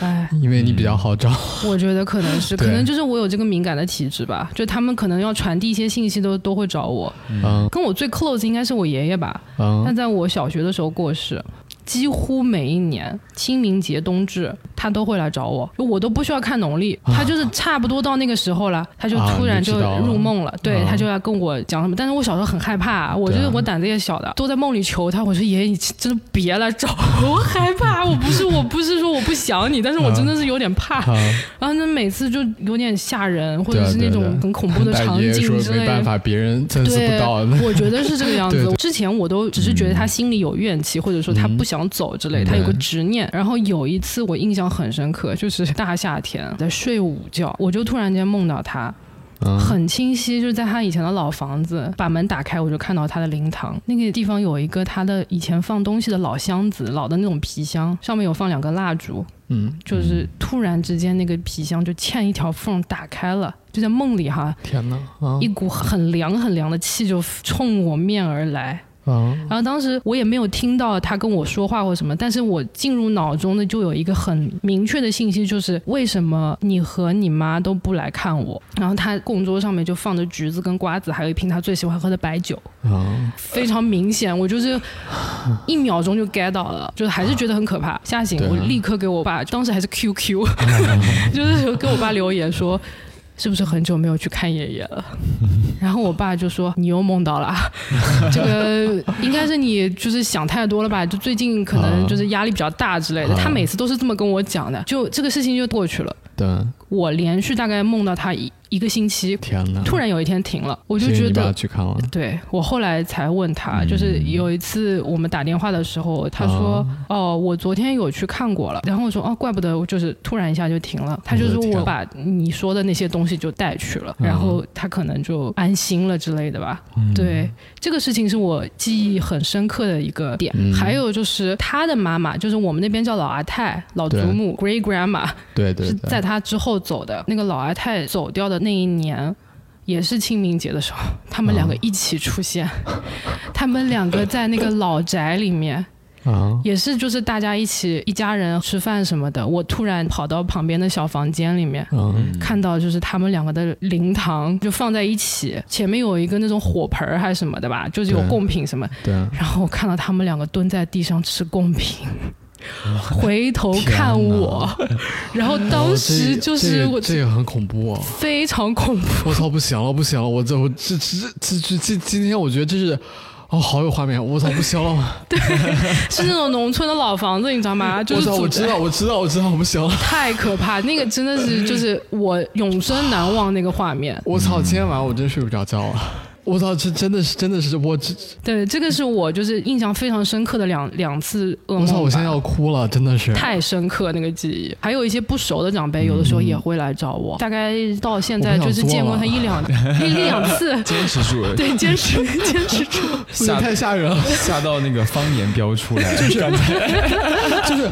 [SPEAKER 3] 哎，
[SPEAKER 2] 因为你比较好找，
[SPEAKER 3] 我觉得可能是，
[SPEAKER 2] 对
[SPEAKER 3] 可能就是我有这个敏感的体质吧，就他们可能要传递一些信息都都会找我。
[SPEAKER 2] 嗯
[SPEAKER 3] 跟我最 close 应该是我爷爷吧，他
[SPEAKER 2] 嗯
[SPEAKER 3] 在我小学的时候过世，几乎每一年清明节、冬至，他都会来找我，就我都不需要看农历，他就是差不多到那个时候了，他就
[SPEAKER 2] 啊
[SPEAKER 3] 突然
[SPEAKER 2] 你就
[SPEAKER 3] 就
[SPEAKER 2] 知道了
[SPEAKER 3] 入梦了，对
[SPEAKER 2] 啊
[SPEAKER 3] 他就要跟我讲什么，但是我小时候很害怕、我觉
[SPEAKER 2] 对
[SPEAKER 3] 得
[SPEAKER 2] 啊
[SPEAKER 3] 我胆子也小的，都在梦里求他，我说爷爷，你真的别来找我，我害 怕，我不是我不是说我不想你，但是
[SPEAKER 2] 嗯
[SPEAKER 3] 我真的是有点怕，
[SPEAKER 2] 好。
[SPEAKER 3] 然后那每次就有点吓人，或
[SPEAKER 2] 对
[SPEAKER 3] 者
[SPEAKER 2] 啊
[SPEAKER 3] 是
[SPEAKER 2] 对
[SPEAKER 3] 那
[SPEAKER 2] 啊
[SPEAKER 3] 种
[SPEAKER 2] 对啊
[SPEAKER 3] 很恐怖 的
[SPEAKER 2] 大
[SPEAKER 3] 场
[SPEAKER 2] 爷
[SPEAKER 3] 景
[SPEAKER 2] 说
[SPEAKER 3] 之类
[SPEAKER 2] 没办
[SPEAKER 3] 的。
[SPEAKER 2] 法，别人参差不
[SPEAKER 3] 对
[SPEAKER 2] 到，
[SPEAKER 3] 我觉得是这个样
[SPEAKER 2] 对
[SPEAKER 3] 子
[SPEAKER 2] 对。
[SPEAKER 3] 之前我都只是觉得他心里有怨气，或者说他不想走之
[SPEAKER 2] 嗯
[SPEAKER 3] 类，他有个执念。然后有一次我印象很深刻，就是大夏天在睡午觉，我就突然间梦到他，
[SPEAKER 2] 嗯
[SPEAKER 3] 很清晰，就是在他以前的老房子，把门打开我就看到他的灵堂，那个地方有一个他的以前放东西的老箱子，老的那种皮箱，上面有放两个蜡烛，
[SPEAKER 2] 嗯，
[SPEAKER 3] 就是突然之间那个皮箱就嵌一条缝打开了，就在梦里哈，
[SPEAKER 2] 天哪啊
[SPEAKER 3] 一！股很凉很凉的气就冲我面而来，
[SPEAKER 2] 啊，
[SPEAKER 3] 然后当时我也没有听到他跟我说话或什么，但是我进入脑中的就有一个很明确的信息，就是为什么你和你妈都不来看我？然后他供桌上面就放着橘子跟瓜子，还有一瓶他最喜欢喝的白酒，
[SPEAKER 2] 啊，
[SPEAKER 3] 非常明显，我就是一秒钟就 get 到了，就是还是觉得很可怕，吓醒
[SPEAKER 2] 对啊
[SPEAKER 3] 我，立刻给我爸，当时还是 QQ，就是给我爸留言说。是不是很久没有去看爷爷了？ 然后我爸就说：“你又梦到了啊， 这个应该是你就是想太多了吧？就最近可能就是压力比较大之类的。”他每次都是这么跟我讲的，就这个事情就过去了。
[SPEAKER 2] 对，
[SPEAKER 3] 我连续大概梦到他一一个星期，
[SPEAKER 2] 天哪！
[SPEAKER 3] 突然有一天停了，我
[SPEAKER 2] 我
[SPEAKER 3] 就觉
[SPEAKER 2] 你
[SPEAKER 3] 得
[SPEAKER 2] 爸去看了，
[SPEAKER 3] 对我后来才问他，就是有一次我们打电话的时候，他说：“哦，我昨天有去看过了。”然后我说：“哦，怪不得我就是突然一下就停了。”嗯他就
[SPEAKER 2] 我的
[SPEAKER 3] 说：“
[SPEAKER 2] 天
[SPEAKER 3] 我把你说的那些东西就带去了，
[SPEAKER 2] 嗯
[SPEAKER 3] 然后他可能就安心了之类的吧。”对，这个事情是我记忆很深刻的一个点。
[SPEAKER 2] 嗯
[SPEAKER 3] 还有就是他的妈妈，就是我们那边叫老阿太、老祖
[SPEAKER 2] 对
[SPEAKER 3] 母 （Great Grandma），
[SPEAKER 2] 对对
[SPEAKER 3] 是
[SPEAKER 2] 对，
[SPEAKER 3] 在他之后走的。那个老阿太走掉的那一年，也是清明节的时候，他们两个一起 出现。他们两个在那个老宅里面，
[SPEAKER 2] 啊，
[SPEAKER 3] 也是就是大家一起一家人吃饭什么的。我突然跑到旁边的小房间里面。
[SPEAKER 2] 嗯，
[SPEAKER 3] 看到就是他们两个的灵堂就放在一起，前面有一个那种火盆儿还是什么的吧，就是有
[SPEAKER 2] 对
[SPEAKER 3] 贡品什么。
[SPEAKER 2] 对，
[SPEAKER 3] 然后我看到他们两个蹲在地上吃贡品，回头看我，然后当时就是
[SPEAKER 2] 我
[SPEAKER 3] 我
[SPEAKER 2] 哦这个很恐怖啊！
[SPEAKER 3] 非常恐怖，
[SPEAKER 2] 我操，不行了，不行了！我这我这这这这今今天我觉得这是，哦，好有画面！我操，不行 了！
[SPEAKER 3] 是那种农村的老房子，你知 道吗？就
[SPEAKER 2] 我
[SPEAKER 3] 是
[SPEAKER 2] 操，我
[SPEAKER 3] 住
[SPEAKER 2] 知道，我知道，我知道，我不行了！
[SPEAKER 3] 太可怕，那个真的是就是我永生难忘那个画面。
[SPEAKER 2] 我操，今天晚上我真睡不着觉了！我操，这真的是真的是我这，
[SPEAKER 3] 对，这个是我就是印象非常深刻的两两次
[SPEAKER 2] 我
[SPEAKER 3] 噩梦吧。
[SPEAKER 2] 操，我现在要哭了，真的是！
[SPEAKER 3] 太深刻那个记忆，还有一些不熟的长辈，有的时候也会来找我。大概到现在
[SPEAKER 2] 嗯我不想
[SPEAKER 3] 就是见过他一两 一一两次，
[SPEAKER 1] 坚持住，
[SPEAKER 3] 对，坚持坚持住。
[SPEAKER 2] 不行
[SPEAKER 1] 吓
[SPEAKER 2] 太吓人了！
[SPEAKER 1] 吓到那个方言飙出 来，就是
[SPEAKER 2] 就是，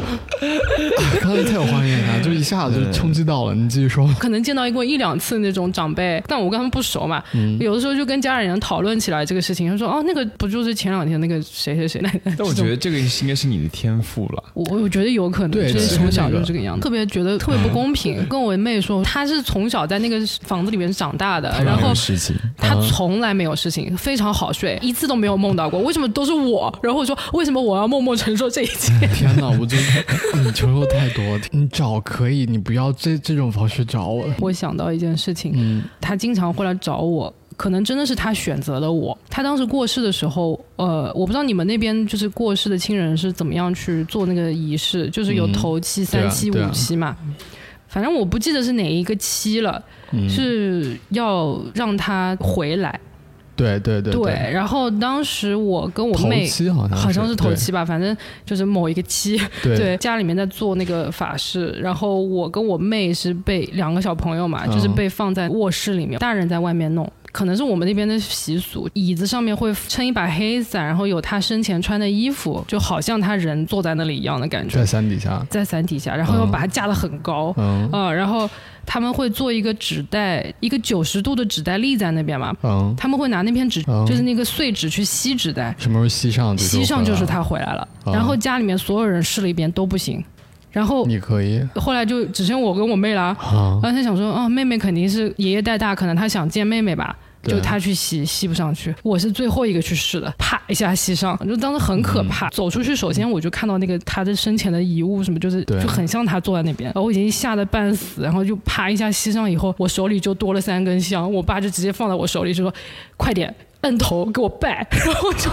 [SPEAKER 2] 刚才太有画面 感，就一下子就冲击到了。你继续说，
[SPEAKER 3] 可能见到过一两次那种长辈，但我跟他们不熟嘛，
[SPEAKER 1] 嗯
[SPEAKER 3] 有的时候就跟家里人讨论起来这个事情，他说哦，那个不就是前两天那个谁谁谁来的？
[SPEAKER 1] 但我觉得这个应该是你的天赋了。
[SPEAKER 3] 我我觉得有可能，
[SPEAKER 2] 对
[SPEAKER 3] 就是
[SPEAKER 2] 其实
[SPEAKER 3] 从小
[SPEAKER 2] 那
[SPEAKER 3] 就
[SPEAKER 2] 个
[SPEAKER 3] 这个样子，特别觉得特别不公平。跟我妹说，她是从小在那个房子里面长大的， 然后
[SPEAKER 1] 事情，
[SPEAKER 3] 他从来没有事情，非常好睡，一次都没有梦到过。为什么都是我？然后我说，为什么我要默默承受这一切？
[SPEAKER 2] 天哪，我就你承受太多了。你找可以，你不要这这种方式找我。
[SPEAKER 3] 我想到一件事情，
[SPEAKER 2] 嗯，
[SPEAKER 3] 他经常会来找我。可能真的是他选择了我。他当时过世的时候，呃，我不知道你们那边就是过世的亲人是怎么样去做那个仪式，就是有
[SPEAKER 2] 嗯
[SPEAKER 3] 头七、
[SPEAKER 2] 对
[SPEAKER 3] 三
[SPEAKER 2] 啊
[SPEAKER 3] 七、
[SPEAKER 2] 对啊
[SPEAKER 3] 五七嘛。反正我不记得是哪一个七了，
[SPEAKER 2] 嗯
[SPEAKER 3] 是要让他回来。
[SPEAKER 2] 对对对对，
[SPEAKER 3] 然后当时我跟我
[SPEAKER 2] 头
[SPEAKER 3] 妹
[SPEAKER 2] 七好像
[SPEAKER 3] 好像是头
[SPEAKER 2] 对
[SPEAKER 3] 七吧，反正就是某一个七。
[SPEAKER 2] 对
[SPEAKER 3] 对，家里面在做那个法事，然后我跟我妹是被两个小朋友嘛，
[SPEAKER 2] 嗯
[SPEAKER 3] 就是被放在卧室里面，大人在外面弄。可能是我们那边的习俗，椅子上面会撑一把黑伞，然后有他生前穿的衣服，就好像他人坐在那里一样的感觉
[SPEAKER 2] 在，山底下，
[SPEAKER 3] 在伞底下，然后又把它架得很高，
[SPEAKER 2] 嗯
[SPEAKER 3] 嗯，然后他们会做一个纸袋，一个九十度的纸袋立在那边嘛，
[SPEAKER 2] 嗯，
[SPEAKER 3] 他们会拿那片纸，
[SPEAKER 2] 嗯
[SPEAKER 3] 就是那个碎纸去吸纸袋，
[SPEAKER 2] 什么时候吸上就
[SPEAKER 3] 西上就是
[SPEAKER 2] 回来了，
[SPEAKER 3] 他回来了，
[SPEAKER 2] 啊
[SPEAKER 3] 然后家里面所有人试了一遍都不行，然后
[SPEAKER 2] 你可以
[SPEAKER 3] 后来就只剩我跟我妹了。
[SPEAKER 2] 啊，
[SPEAKER 3] 然后他想说，哦，妹妹肯定是爷爷带大，可能他想见妹妹吧，
[SPEAKER 2] 对
[SPEAKER 3] 就他去吸，吸不上去。我是最后一个去试的，啪一下吸上，就当时很可怕。
[SPEAKER 2] 嗯
[SPEAKER 3] 走出去，首先我就看到那个他的生前的遗物什么，就是
[SPEAKER 2] 对
[SPEAKER 3] 就很像他坐在那边，然后我已经吓得半死，然后就啪一下吸上以后，我手里就多了三根香，我爸就直接放在我手里就说，快点。摁头给我拜，然后我就，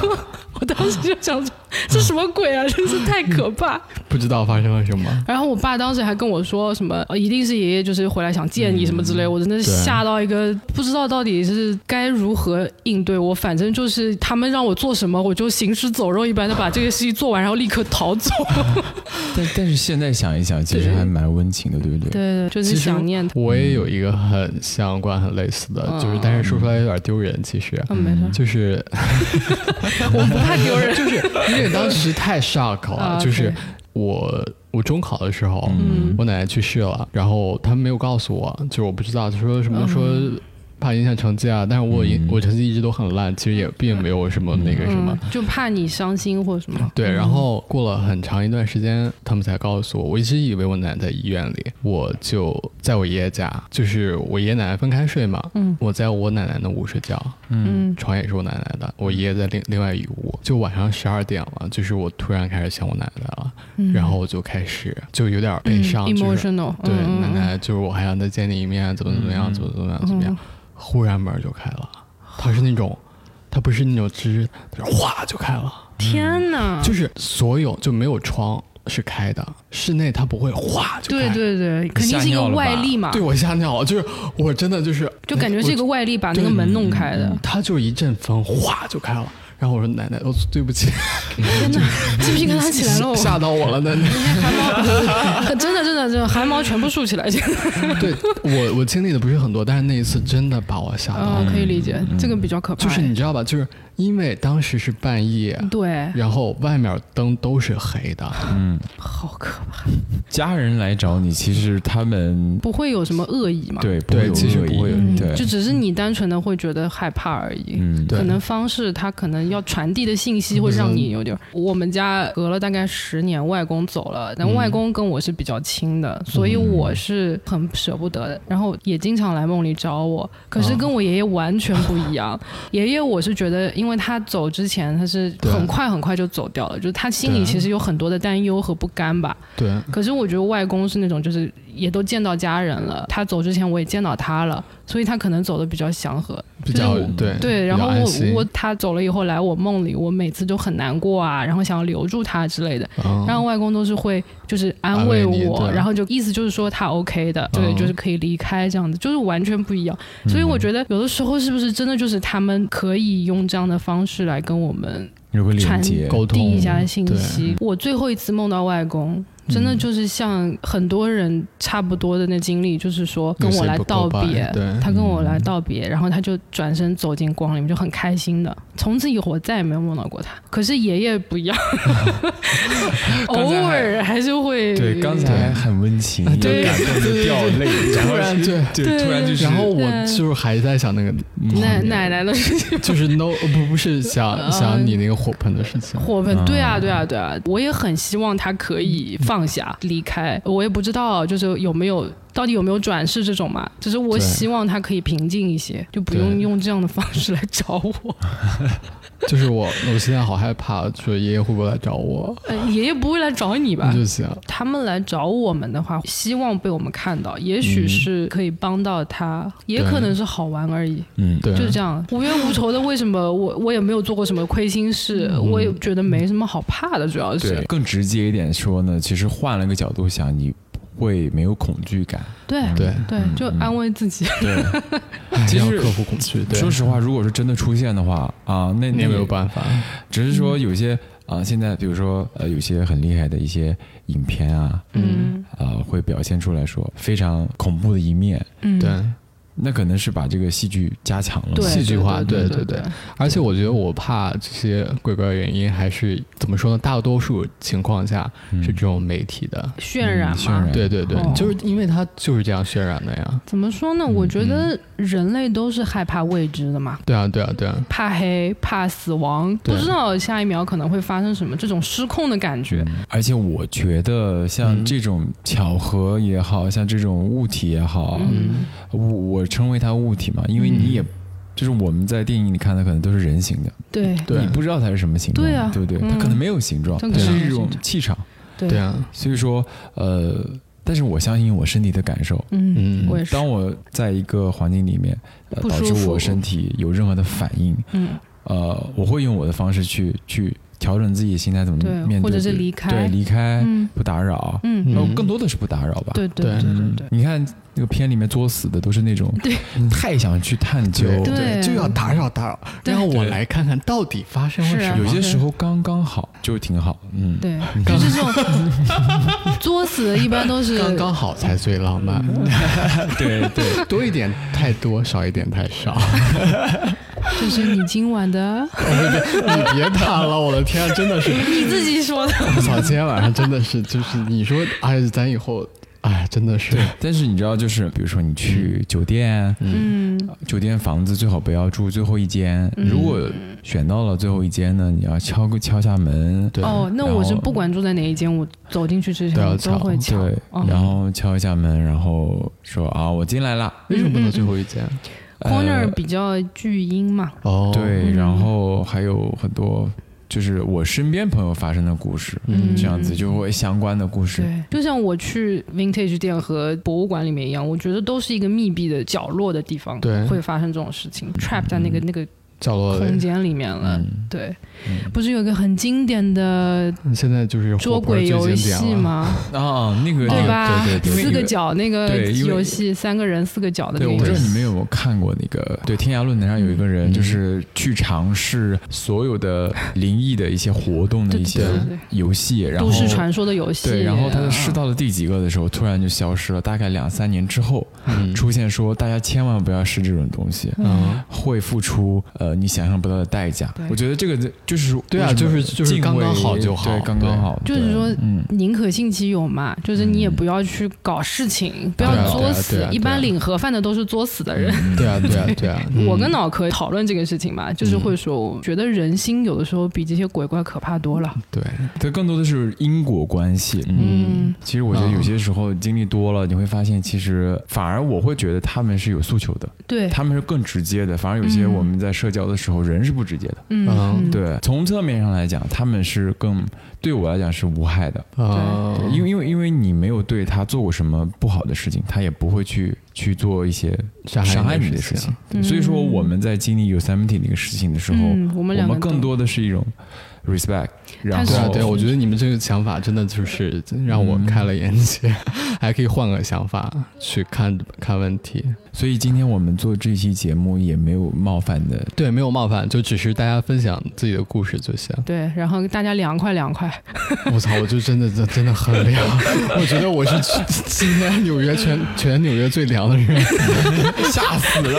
[SPEAKER 3] 我当时就想说，这什么鬼啊，真是太可怕！
[SPEAKER 2] 不知道发生了什么，
[SPEAKER 3] 然后我爸当时还跟我说什么，呃一定是爷爷就是回来想见你什么之
[SPEAKER 2] 嗯
[SPEAKER 3] 类，我真的吓到一个不知道到底是该如何应对。我反正就是他们让我做什么，我就行尸走肉一般的把这个事情做完，然后立刻逃 走。
[SPEAKER 1] 但但是现在想一想，其实还蛮温情的，对不对？
[SPEAKER 3] 对对，就是
[SPEAKER 2] 其实
[SPEAKER 3] 想念他。
[SPEAKER 2] 我也有一个很相关、很类似的，就是但是说出来有点丢人，其实。
[SPEAKER 3] 嗯，没事，
[SPEAKER 2] 就是
[SPEAKER 3] 我不怕丢人。
[SPEAKER 2] 嗯就是因为当时太 shock
[SPEAKER 3] 啊
[SPEAKER 2] 了，就是
[SPEAKER 3] ，OK
[SPEAKER 2] 我我中考的时候，
[SPEAKER 3] 嗯
[SPEAKER 2] 我奶奶去世了，然后他们没有告诉我，就是我不知道，就说什么
[SPEAKER 3] 嗯
[SPEAKER 2] 说怕影响成绩啊，但是我也、
[SPEAKER 1] 嗯
[SPEAKER 2] 我成绩一直都很烂，其实也并没有什么那个什么。
[SPEAKER 3] 嗯，就怕你伤心或什么。
[SPEAKER 2] 对，然后过了很长一段时间，他们才告诉我，我一直以为我奶奶在医院里，我就在我爷爷家，就是我爷爷奶奶分开睡嘛，
[SPEAKER 3] 嗯
[SPEAKER 2] 我在我奶奶那屋睡觉，
[SPEAKER 1] 嗯
[SPEAKER 3] 嗯
[SPEAKER 2] 床也是我奶奶的，我爷爷在另另外一屋，就晚上十二点了，就是我突然开始想我奶奶了，
[SPEAKER 3] 嗯，
[SPEAKER 2] 然后我就开始就有点悲伤，
[SPEAKER 3] 嗯
[SPEAKER 2] 就是。
[SPEAKER 3] emotional，
[SPEAKER 2] 对，
[SPEAKER 3] 嗯
[SPEAKER 2] 奶，奶，就是我还想再见你一面，怎么怎么样，
[SPEAKER 1] 嗯
[SPEAKER 2] 怎么怎么样，
[SPEAKER 3] 嗯
[SPEAKER 2] 怎么样？？忽然门就开了，它是那种，它不是那种吱，它是哗就开了，
[SPEAKER 3] 天哪！
[SPEAKER 2] 嗯就是所有就没有窗是开的，室内它不会哗就开。
[SPEAKER 3] 对对对，肯定是一个外力嘛
[SPEAKER 2] 对，，我吓尿了，就是我真的就是，
[SPEAKER 3] 就感觉是一个外力把那个
[SPEAKER 2] 对嗯
[SPEAKER 3] 门弄开的
[SPEAKER 2] 我，。它就是一阵风哗就开了，然后我说奶奶，我对不起，
[SPEAKER 3] 天哪，鸡皮疙瘩起来 了，我
[SPEAKER 2] 吓到我了，奶奶。
[SPEAKER 3] 汗 毛，真的真的真的汗毛全部竖起来，这个
[SPEAKER 2] 对我我经历的不是很多，但是那一次真的把我吓到了，
[SPEAKER 3] 嗯，哎可以理解，这个比较可怕。
[SPEAKER 2] 就是你知道吧，就是因为当时是半夜，
[SPEAKER 3] 对，
[SPEAKER 2] 然后外面灯都是黑的，
[SPEAKER 1] 嗯，
[SPEAKER 3] 好可怕，
[SPEAKER 1] 家人来找你，其实他们
[SPEAKER 3] 不会有什么恶意嘛？
[SPEAKER 1] 对不
[SPEAKER 2] 啊对
[SPEAKER 1] 会有
[SPEAKER 2] 其实
[SPEAKER 1] 恶
[SPEAKER 2] 不
[SPEAKER 1] 意
[SPEAKER 2] 会有
[SPEAKER 3] 嗯，
[SPEAKER 1] 对，
[SPEAKER 3] 就只是你单纯的会觉得害怕而已。
[SPEAKER 1] 嗯
[SPEAKER 2] 对嗯
[SPEAKER 3] 可能方式，它可能要传递的信息会让你有点儿。我们家隔了大概十年，外公走了，
[SPEAKER 2] 嗯
[SPEAKER 3] 但外公跟我是比较亲的，所以我是很舍不得的。然后也经常来梦里找我，可
[SPEAKER 2] 啊
[SPEAKER 3] 是跟我爷爷完全不 一样。爷爷我是觉得，因为他走之前他是
[SPEAKER 2] 对
[SPEAKER 3] 很快很快就走掉了，就是他心
[SPEAKER 2] 对嗯
[SPEAKER 3] 里其实有很多的担忧和不甘吧。
[SPEAKER 2] 对，
[SPEAKER 3] 可是我觉得外公是那种，就是也都见到家人了，他走之前我也见到他了，所以他可能走的比较祥和。
[SPEAKER 2] 比较
[SPEAKER 3] 就是我
[SPEAKER 2] 对
[SPEAKER 3] 对，然后
[SPEAKER 2] 比较安心
[SPEAKER 3] 我我他走了以后来我梦里，我每次都很难过啊，然后想要留住他之类的。
[SPEAKER 2] 嗯
[SPEAKER 3] 然后外公都是会就是安
[SPEAKER 2] 安慰你
[SPEAKER 3] 我，
[SPEAKER 2] 对
[SPEAKER 3] 然后就意思就是说他 OK 的，对，
[SPEAKER 2] 嗯
[SPEAKER 3] 就是可以离开这样子，就是完全不一样。
[SPEAKER 1] 嗯
[SPEAKER 3] 所以我觉得有的时候是不是真的就是他们可以用这样的方式来跟我们
[SPEAKER 1] 有个连
[SPEAKER 3] 传
[SPEAKER 1] 接，
[SPEAKER 2] 沟
[SPEAKER 3] 递
[SPEAKER 2] 通
[SPEAKER 3] 一下信
[SPEAKER 2] 对
[SPEAKER 3] 息。
[SPEAKER 1] 嗯
[SPEAKER 3] 我最后一次梦到外公，真的就是像很多人差不多的那经历，就是说跟我来道别
[SPEAKER 2] Say goodbye，，对
[SPEAKER 3] 他跟我
[SPEAKER 1] 嗯
[SPEAKER 3] 来道别，然后他就转身走进光里面，就很开心的。从此以后，我再也没有梦到过他。可是爷爷不 一样，
[SPEAKER 1] 刚
[SPEAKER 3] 偶
[SPEAKER 1] 才还
[SPEAKER 3] 尔还是会
[SPEAKER 1] 对，刚才很温情，
[SPEAKER 2] 啊
[SPEAKER 1] 又
[SPEAKER 3] 对
[SPEAKER 1] 感动又掉泪，然
[SPEAKER 2] 突
[SPEAKER 1] 后
[SPEAKER 2] 然
[SPEAKER 1] 是
[SPEAKER 2] 对，
[SPEAKER 1] 对，突然就是，嗯
[SPEAKER 2] 然后我
[SPEAKER 3] 对
[SPEAKER 2] 就是还在想那个，
[SPEAKER 3] 奶奶奶的事情。
[SPEAKER 2] 就是 no 不不是想
[SPEAKER 3] 嗯
[SPEAKER 2] 想你那个火盆的事情，
[SPEAKER 3] 火盆
[SPEAKER 1] 嗯，
[SPEAKER 3] 对啊，对啊，对啊，我也很希望他可以放下离开，我也不知道就是有没有到底有没有转世这种嘛，只是我
[SPEAKER 2] 对
[SPEAKER 3] 希望他可以平静一些，就不
[SPEAKER 2] 对
[SPEAKER 3] 用用这样的方式来找我。
[SPEAKER 2] 就是我我现在好害怕，说爷爷会不会来找我，
[SPEAKER 3] 呃，爷爷不会来找你吧
[SPEAKER 2] 那？就行，
[SPEAKER 3] 他们来找我们的话，希望被我们看到，也许是可以帮到他，也可能是好玩而已，
[SPEAKER 1] 嗯，
[SPEAKER 2] 对，
[SPEAKER 3] 就这样无冤无仇的。为什么我我也没有做过什么亏心事，我也觉得没什么好怕的，主要是
[SPEAKER 1] 对，更直接一点说呢，其实换了个角度想，你会没有恐惧感，
[SPEAKER 3] 对
[SPEAKER 2] 对，
[SPEAKER 3] 对
[SPEAKER 1] 嗯
[SPEAKER 3] 就安慰自己。
[SPEAKER 1] 对，其
[SPEAKER 2] 要
[SPEAKER 1] 实
[SPEAKER 2] 克服恐惧，对，
[SPEAKER 1] 说实话，如果是真的出现的话啊，那
[SPEAKER 2] 你
[SPEAKER 1] 那
[SPEAKER 2] 也没有嗯办法，
[SPEAKER 1] 只是说有些啊、现在比如说呃，有些很厉害的一些影片啊，
[SPEAKER 2] 嗯
[SPEAKER 3] 嗯
[SPEAKER 1] 啊、会表现出来说非常恐怖的一面，
[SPEAKER 3] 嗯，
[SPEAKER 2] 对，
[SPEAKER 1] 那可能是把这个戏剧加强了嘛，
[SPEAKER 3] 对，
[SPEAKER 2] 戏剧化
[SPEAKER 3] 对
[SPEAKER 2] 对对
[SPEAKER 3] 对，
[SPEAKER 2] 而且我觉得我怕这些鬼怪的原因还是怎么说呢？大多数情况下
[SPEAKER 1] 嗯
[SPEAKER 2] 是这种媒体的，
[SPEAKER 3] 渲染
[SPEAKER 1] 嗯渲
[SPEAKER 3] 嘛
[SPEAKER 1] 染。
[SPEAKER 2] 对对对，
[SPEAKER 3] 哦
[SPEAKER 2] 就是因为它就是这样渲染的呀。
[SPEAKER 3] 怎么说呢？
[SPEAKER 2] 嗯
[SPEAKER 3] 我觉得人类都是害怕未知的嘛。
[SPEAKER 2] 对啊，对啊，对啊，
[SPEAKER 3] 怕黑，怕死亡，
[SPEAKER 2] 对
[SPEAKER 3] 不知道下一秒可能会发生什么，这种失控的感觉。
[SPEAKER 1] 嗯而且我觉得像
[SPEAKER 2] 嗯
[SPEAKER 1] 这种巧合也好，像这种物体也好，
[SPEAKER 3] 嗯，
[SPEAKER 1] 我我称为它物体嘛，因为
[SPEAKER 2] 嗯
[SPEAKER 1] 你也、就是我们在电影里看的可能都是人形的，
[SPEAKER 3] 对
[SPEAKER 2] 对啊
[SPEAKER 1] 你不知道它是什么形状，
[SPEAKER 3] 对啊
[SPEAKER 1] 对不对？
[SPEAKER 3] 嗯
[SPEAKER 1] 它可能没有形状，
[SPEAKER 3] 它
[SPEAKER 1] 它
[SPEAKER 3] 可
[SPEAKER 2] 能
[SPEAKER 1] 是
[SPEAKER 2] 没
[SPEAKER 3] 有
[SPEAKER 1] 一种
[SPEAKER 3] 形状
[SPEAKER 1] 气场。
[SPEAKER 3] 对
[SPEAKER 2] 对啊，
[SPEAKER 1] 所以说，呃，但是我相信我身体的感受。
[SPEAKER 3] 嗯，
[SPEAKER 2] 嗯
[SPEAKER 3] 我，也是
[SPEAKER 1] 当。我在一个环境里面，呃、
[SPEAKER 3] 不
[SPEAKER 1] 导
[SPEAKER 3] 舒服
[SPEAKER 1] 致我身体有任何的反应，
[SPEAKER 3] 嗯，
[SPEAKER 1] 呃，我会用我的方式去去调整自己的心态，怎么
[SPEAKER 3] 对
[SPEAKER 1] 面对，
[SPEAKER 3] 或者是离开
[SPEAKER 1] 对，离开、
[SPEAKER 3] 嗯
[SPEAKER 1] 不打扰，
[SPEAKER 3] 嗯，
[SPEAKER 1] 然后
[SPEAKER 2] 哎嗯
[SPEAKER 1] 更多的是不打扰吧。嗯
[SPEAKER 3] 对对对
[SPEAKER 2] 对嗯
[SPEAKER 3] 对对，
[SPEAKER 1] 你看那个片里面作死的都是那种
[SPEAKER 3] 对
[SPEAKER 1] 太想去探究，
[SPEAKER 2] 对
[SPEAKER 3] 对
[SPEAKER 2] 就要打扰打扰，
[SPEAKER 3] 对
[SPEAKER 2] 让我来看看到底发生了
[SPEAKER 3] 是啊
[SPEAKER 2] 什
[SPEAKER 1] 有
[SPEAKER 2] 么。
[SPEAKER 1] 些时候刚刚好就挺好，嗯，
[SPEAKER 3] 对，就是这种作死的，一般都是
[SPEAKER 2] 刚刚好才最浪漫，
[SPEAKER 3] 嗯
[SPEAKER 1] 对对，
[SPEAKER 2] 多一点太多，少一点太少。
[SPEAKER 3] 就是你今晚的，
[SPEAKER 2] 你别谈了，我的天啊，真的是，
[SPEAKER 3] 你自己说的，
[SPEAKER 2] 我操，今天晚上真的是，就是你说，哎，咱以后。哎，真的是，
[SPEAKER 1] 但是你知道，就是比如说你去酒店，
[SPEAKER 2] 嗯，
[SPEAKER 3] 嗯，
[SPEAKER 1] 酒店房子最好不要住最后一间。
[SPEAKER 3] 嗯
[SPEAKER 1] 如果选到了最后一间呢，你要敲个敲下门，
[SPEAKER 2] 对，
[SPEAKER 3] 哦，那
[SPEAKER 1] 然后
[SPEAKER 3] 我是不管住在哪一间，我走进去之前
[SPEAKER 2] 都要
[SPEAKER 3] 我都
[SPEAKER 2] 敲
[SPEAKER 3] 会敲。
[SPEAKER 1] 对，
[SPEAKER 3] 哦
[SPEAKER 1] 然后敲一下门，然后说啊，我进来了。
[SPEAKER 2] 为什么不
[SPEAKER 3] 嗯
[SPEAKER 2] 能最后一间？
[SPEAKER 1] 呃
[SPEAKER 3] corner 比较巨阴嘛，
[SPEAKER 2] 哦，
[SPEAKER 1] 对，
[SPEAKER 3] 嗯
[SPEAKER 1] 然后还有很多就是我身边朋友发生的故事，
[SPEAKER 2] 嗯
[SPEAKER 1] 这样子就会相关的故事。
[SPEAKER 3] 对，就像我去 vintage 店和博物馆里面一样，我觉得都是一个密闭的角落的地方，
[SPEAKER 2] 对
[SPEAKER 3] 会发生这种事情，trap 在那个那个
[SPEAKER 2] 角落
[SPEAKER 3] 空
[SPEAKER 2] 里，
[SPEAKER 3] 间里面了。
[SPEAKER 1] 嗯，
[SPEAKER 3] 对，
[SPEAKER 1] 嗯
[SPEAKER 3] 不是有一个很经典的
[SPEAKER 2] 现在就是
[SPEAKER 3] 捉
[SPEAKER 2] 火锅
[SPEAKER 3] 鬼
[SPEAKER 2] 最
[SPEAKER 3] 游
[SPEAKER 2] 经典
[SPEAKER 3] 戏
[SPEAKER 2] 了？
[SPEAKER 3] 吗？
[SPEAKER 1] 啊，那个
[SPEAKER 3] 对吧？
[SPEAKER 2] 对对对
[SPEAKER 3] 四个角那个
[SPEAKER 1] 对因为
[SPEAKER 3] 游戏，三个人四个角的
[SPEAKER 1] 对，
[SPEAKER 3] 那
[SPEAKER 1] 我不
[SPEAKER 3] 个
[SPEAKER 1] 知
[SPEAKER 3] 游
[SPEAKER 1] 道
[SPEAKER 3] 戏。
[SPEAKER 1] 你们有没有看过那个，对，天涯论坛上有一个人，
[SPEAKER 2] 嗯
[SPEAKER 1] 就是去尝试所有的灵异的一些活动的
[SPEAKER 3] 对
[SPEAKER 1] 一
[SPEAKER 3] 对
[SPEAKER 1] 些
[SPEAKER 3] 对对对，
[SPEAKER 1] 游戏，然后
[SPEAKER 3] 都市传说的游戏。
[SPEAKER 1] 对，然后他在试
[SPEAKER 3] 嗯
[SPEAKER 1] 到了第几个的时候，突然就消失了，大概两三年之后
[SPEAKER 2] 嗯
[SPEAKER 1] 出现说，大家千万不要试这种东西。
[SPEAKER 2] 嗯，
[SPEAKER 1] 会付出呃你想象不到的代价
[SPEAKER 3] 对。
[SPEAKER 1] 我觉得这个就是
[SPEAKER 2] 对啊
[SPEAKER 1] 为什么
[SPEAKER 2] 就是就是
[SPEAKER 1] 敬畏
[SPEAKER 2] 刚刚好就好
[SPEAKER 1] 对，刚刚好。
[SPEAKER 3] 就
[SPEAKER 1] 对
[SPEAKER 3] 是说
[SPEAKER 1] 嗯，
[SPEAKER 3] 宁可信其有嘛，就是你也
[SPEAKER 1] 嗯
[SPEAKER 3] 不要去搞事情，不
[SPEAKER 2] 对
[SPEAKER 1] 啊
[SPEAKER 3] 要作
[SPEAKER 2] 对啊对
[SPEAKER 3] 死。
[SPEAKER 2] 啊对啊
[SPEAKER 3] 一般领盒饭的都是作死的人。，
[SPEAKER 1] 嗯
[SPEAKER 2] 对啊，对啊，对啊
[SPEAKER 3] 我跟
[SPEAKER 2] 嗯
[SPEAKER 3] 脑壳讨论这个事情嘛，就是会说，我觉得人心有的时候比这些鬼怪可怕多了。
[SPEAKER 2] 对，
[SPEAKER 1] 它更多的是因果关系。嗯，
[SPEAKER 3] 嗯，
[SPEAKER 1] 其实我觉得有些时候经历多了，你会发现，其实反而我会觉得他们是有诉求的，
[SPEAKER 3] 对，
[SPEAKER 1] 他们是更直接的。反而有些
[SPEAKER 3] 嗯
[SPEAKER 1] 我们在社交的时候，人是不直接的。
[SPEAKER 3] 嗯，
[SPEAKER 2] 嗯
[SPEAKER 3] 嗯，
[SPEAKER 1] 对，从侧面上来讲，他们是更对我来讲是无害的。
[SPEAKER 2] 啊，
[SPEAKER 3] 嗯
[SPEAKER 1] 因为因为因为你没有对他做过什么不好的事情，他也不会去去做一些
[SPEAKER 2] 伤
[SPEAKER 1] 伤害你
[SPEAKER 2] 的
[SPEAKER 1] 的事情
[SPEAKER 2] 情，。
[SPEAKER 3] 嗯
[SPEAKER 1] 所以说我们在经历 Yosemite 那个事情的时候，
[SPEAKER 3] 嗯，我
[SPEAKER 1] 我
[SPEAKER 3] 们两个
[SPEAKER 1] 们更
[SPEAKER 3] 都
[SPEAKER 1] 多的是一种 respect，然后
[SPEAKER 3] 他是
[SPEAKER 2] 对啊，
[SPEAKER 3] 哦
[SPEAKER 2] 对啊，我觉得你们这个想法真的就是让我开了眼界， 还可以换个想法去看看问题。
[SPEAKER 1] 所以今天我们做这期节目也没有冒犯的，
[SPEAKER 2] 对，没有冒犯，就只是大家分享自己的故事就 行。
[SPEAKER 3] 对，然后大家凉快凉快。
[SPEAKER 2] 我操，我就真的真真的很 凉，我觉得我是去今天纽约全全纽约最凉的 人，
[SPEAKER 1] 吓死了。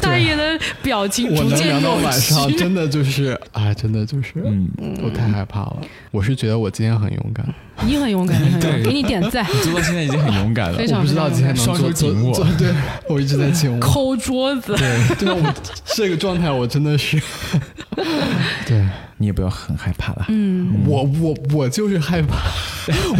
[SPEAKER 3] 大爷的表情
[SPEAKER 2] 我
[SPEAKER 3] 逐
[SPEAKER 2] 能
[SPEAKER 3] 渐
[SPEAKER 2] 凉到
[SPEAKER 3] 扭
[SPEAKER 2] 晚上，
[SPEAKER 3] 曲。
[SPEAKER 2] 真的就是啊，真的就是，
[SPEAKER 1] 嗯，
[SPEAKER 2] 我太害怕了。我是觉得我今天很勇敢，
[SPEAKER 3] 你很勇敢，你很勇
[SPEAKER 1] 对
[SPEAKER 3] 敢，给你点赞。
[SPEAKER 1] 你 做到现在已经很勇敢了哦
[SPEAKER 3] 非。
[SPEAKER 2] 我
[SPEAKER 3] 常
[SPEAKER 2] 不知道今天能
[SPEAKER 1] 双手
[SPEAKER 2] 做做
[SPEAKER 1] 紧握
[SPEAKER 2] 做，对我一直在 紧握。
[SPEAKER 3] 抠桌子，
[SPEAKER 2] 对，对我这个状态我真的 是，对
[SPEAKER 1] 你也不要很害怕了。
[SPEAKER 3] 嗯，
[SPEAKER 2] 我我我就是害怕，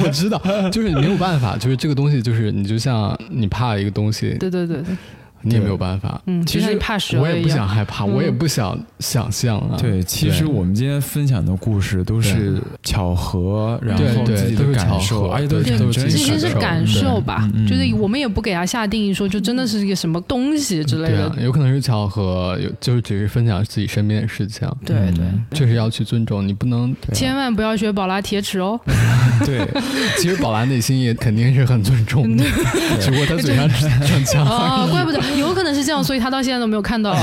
[SPEAKER 2] 我知道，就是你没有办法，就是这个东西，就是你就像你怕一个东西，
[SPEAKER 3] 对对对对，
[SPEAKER 2] 你也没有办法。
[SPEAKER 3] 嗯，
[SPEAKER 1] 其
[SPEAKER 3] 就像
[SPEAKER 1] 实
[SPEAKER 3] 你怕蛇
[SPEAKER 2] 我也
[SPEAKER 3] 一
[SPEAKER 2] 不
[SPEAKER 3] 样嗯
[SPEAKER 2] 想害怕，我也不想想象啊。
[SPEAKER 1] 对，其实我们今天分享的故事都是巧合，然后
[SPEAKER 2] 对
[SPEAKER 1] 自己
[SPEAKER 2] 都
[SPEAKER 1] 的
[SPEAKER 2] 是巧
[SPEAKER 1] 感
[SPEAKER 2] 合
[SPEAKER 1] 受，而且都是
[SPEAKER 2] 对
[SPEAKER 3] 都
[SPEAKER 1] 很
[SPEAKER 2] 是
[SPEAKER 1] 真
[SPEAKER 3] 这
[SPEAKER 2] 自
[SPEAKER 1] 实
[SPEAKER 2] 己
[SPEAKER 3] 些
[SPEAKER 1] 的。
[SPEAKER 2] 的
[SPEAKER 3] 是感
[SPEAKER 2] 受
[SPEAKER 3] 受吧，
[SPEAKER 1] 嗯嗯
[SPEAKER 3] 就是我们也不给他下定义说就真的是一个什么东西之类
[SPEAKER 2] 对
[SPEAKER 3] 的
[SPEAKER 2] 啊，，有可能是巧合，有就是只是分享自己身边的事情，
[SPEAKER 3] 对对
[SPEAKER 1] 嗯
[SPEAKER 2] 就是啊要去尊重，你不能。
[SPEAKER 1] 啊
[SPEAKER 3] 千万不要学宝拉铁齿哦，
[SPEAKER 1] 对，
[SPEAKER 2] 其实宝蓝内心也肯定是很尊重的，只不过他嘴上逞强。
[SPEAKER 3] 哦，怪不得有可能是这样，所以他到现在都没有看到，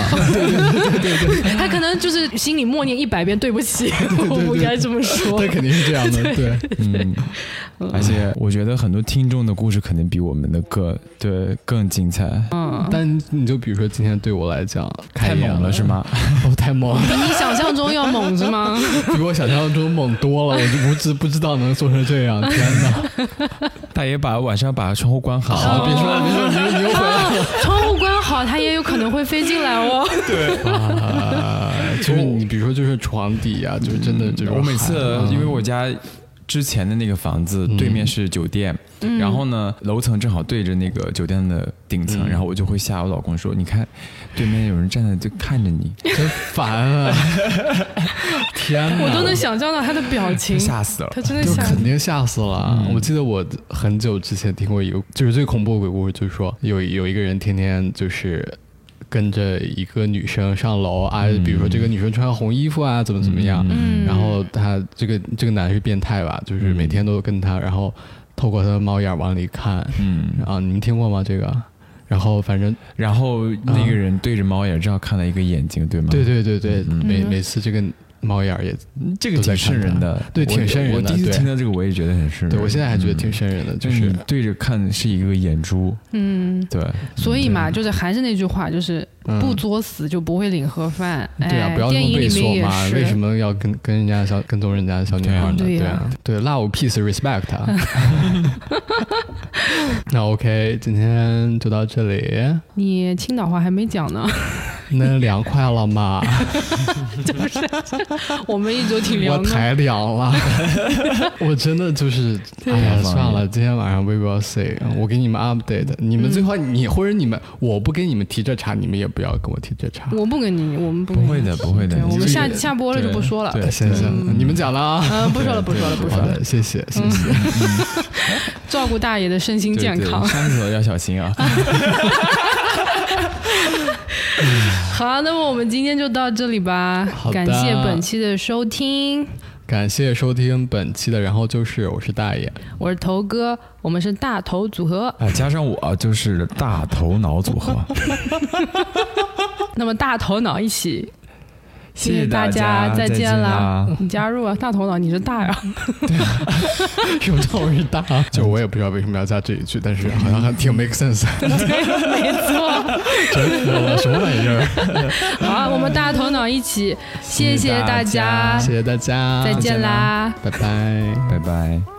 [SPEAKER 3] 他可能就是心里默念一百遍对不起，我不该这么说
[SPEAKER 2] 他，肯定是这样的，对，
[SPEAKER 1] 嗯， 而且我觉得很多听众的故事可能比我们的更对更精彩，
[SPEAKER 3] 嗯，
[SPEAKER 2] 但你就比如说今天对我来讲，
[SPEAKER 1] 太猛了是？吗？
[SPEAKER 2] 哦，太猛 了，
[SPEAKER 3] 比你想象中要猛是吗？
[SPEAKER 2] 比我想象中猛多了。我就不知不知道能做成这 样，天哪！
[SPEAKER 1] 大爷把晚上把窗户关好，
[SPEAKER 2] 好，别说了，别说了，你又你又回来
[SPEAKER 3] 啊，窗户关好，他也有可能会飞进来哦。
[SPEAKER 2] 啊， 就是你比如说就是床底啊，就是真的就是
[SPEAKER 1] 我每次
[SPEAKER 2] 喊
[SPEAKER 1] 因为我家。之前的那个房子
[SPEAKER 2] 嗯
[SPEAKER 1] 对面是酒店，
[SPEAKER 3] 嗯
[SPEAKER 1] 然后呢，楼层正好对着那个酒店的顶层，
[SPEAKER 2] 嗯
[SPEAKER 1] 然后我就会吓我老公说：“你看，对面有人站在就看着 你，
[SPEAKER 2] 真烦 啊！天哪，
[SPEAKER 3] 我都能想象到他的表情，
[SPEAKER 1] 吓死了。
[SPEAKER 3] 他真的
[SPEAKER 2] 就
[SPEAKER 3] 吓
[SPEAKER 2] 肯定吓死了。啊
[SPEAKER 1] 嗯
[SPEAKER 2] 我记得我很久之前听过一个，就是最恐怖的鬼故事，就是说有有一个人天天就是。跟着一个女生上楼啊，
[SPEAKER 1] 嗯
[SPEAKER 2] 比如说这个女生穿红衣服啊，怎么怎么样，
[SPEAKER 3] 嗯
[SPEAKER 2] 然后他这个这个男是变态吧，就是每天都跟他，然后透过他的猫眼往里看
[SPEAKER 1] 嗯，
[SPEAKER 2] 啊，你们听过吗？这个？然后反正
[SPEAKER 1] 然后那个人对着猫眼正好看了一个眼睛，对吗？
[SPEAKER 2] 对对对对，
[SPEAKER 1] 嗯
[SPEAKER 2] 每
[SPEAKER 3] 嗯
[SPEAKER 2] 每次这个猫眼儿也
[SPEAKER 1] 这个挺瘆人的，
[SPEAKER 2] 对挺瘆人的
[SPEAKER 1] 我第一次
[SPEAKER 2] 对
[SPEAKER 1] 听到这个，我也觉得很瘆人。
[SPEAKER 2] 对我现在还觉得挺
[SPEAKER 1] 嗯，
[SPEAKER 2] 瘆人的，
[SPEAKER 1] 就
[SPEAKER 2] 就是是
[SPEAKER 1] 你对着看是一个眼珠，
[SPEAKER 3] 嗯，
[SPEAKER 1] 对，
[SPEAKER 3] 所以嘛，
[SPEAKER 2] 对
[SPEAKER 3] 就是还是那句话，就是
[SPEAKER 2] 嗯
[SPEAKER 3] 不作死就不会领盒饭。
[SPEAKER 2] 对啊，
[SPEAKER 3] 哎
[SPEAKER 2] 不要那
[SPEAKER 3] 电
[SPEAKER 2] 么
[SPEAKER 3] 影
[SPEAKER 2] 猥
[SPEAKER 3] 里面
[SPEAKER 2] 琐
[SPEAKER 3] 也
[SPEAKER 2] 嘛！为什
[SPEAKER 3] 是，
[SPEAKER 2] 么要跟跟人家小跟踪人家小女孩呢？
[SPEAKER 3] 对
[SPEAKER 2] 对
[SPEAKER 3] 呀
[SPEAKER 2] 啊，对，love peace respect 啊。 那 OK，今天就到这里。
[SPEAKER 3] 你青岛话还没讲 呢，
[SPEAKER 2] 那凉快了吗？
[SPEAKER 3] 我们一直都挺
[SPEAKER 2] 我
[SPEAKER 3] 凉的。
[SPEAKER 2] 太凉 了，我真的就是，哎呀，
[SPEAKER 1] 对
[SPEAKER 2] 算了，今天晚上 we will see，我给你们 update，你们
[SPEAKER 3] 嗯
[SPEAKER 2] 最好你或者你们，我不跟你们提这茬，你们也不要跟我提这茬。
[SPEAKER 3] 我不跟你，我们不
[SPEAKER 1] 不
[SPEAKER 3] 跟你
[SPEAKER 1] 会的，不会的
[SPEAKER 3] 对，。我
[SPEAKER 1] 你
[SPEAKER 3] 们
[SPEAKER 1] 这
[SPEAKER 3] 下
[SPEAKER 1] 个
[SPEAKER 3] 下播了就不说了。
[SPEAKER 1] 对，
[SPEAKER 2] 行行，你们讲了啊。
[SPEAKER 3] 嗯，不说了，不说了，不说
[SPEAKER 2] 好
[SPEAKER 3] 了。
[SPEAKER 2] 的，谢谢，谢谢。
[SPEAKER 3] 照顾大爷的身心
[SPEAKER 1] 对
[SPEAKER 3] 健
[SPEAKER 1] 对
[SPEAKER 3] 康。
[SPEAKER 1] 上厕所要小心啊。
[SPEAKER 3] 好，那么我们今天就到这里吧
[SPEAKER 2] 好。的
[SPEAKER 3] 感谢本期的收听，
[SPEAKER 2] 感谢收听本期的，然后就是我是大爷，
[SPEAKER 3] 我是头哥，我们是大头组合。
[SPEAKER 1] 啊，加上我就是大头脑组合，
[SPEAKER 3] 那么大头脑一起，
[SPEAKER 1] 谢谢
[SPEAKER 3] 大
[SPEAKER 1] 家，
[SPEAKER 3] 再
[SPEAKER 1] 见
[SPEAKER 3] 啦
[SPEAKER 1] 啦！！
[SPEAKER 3] 你加入啊，大头脑，你是大 呀、
[SPEAKER 2] 什么叫我是 大？就我也不知道为什么要加这一句，但是好像还挺 make sense，
[SPEAKER 3] 没错。
[SPEAKER 2] 真服了，什么玩意儿？
[SPEAKER 3] 好，我们大头脑一起，谢
[SPEAKER 1] 谢谢
[SPEAKER 3] 大
[SPEAKER 1] 大家
[SPEAKER 3] 家
[SPEAKER 2] 谢谢大家，
[SPEAKER 3] 再见啦。
[SPEAKER 2] 拜拜。
[SPEAKER 1] 拜拜。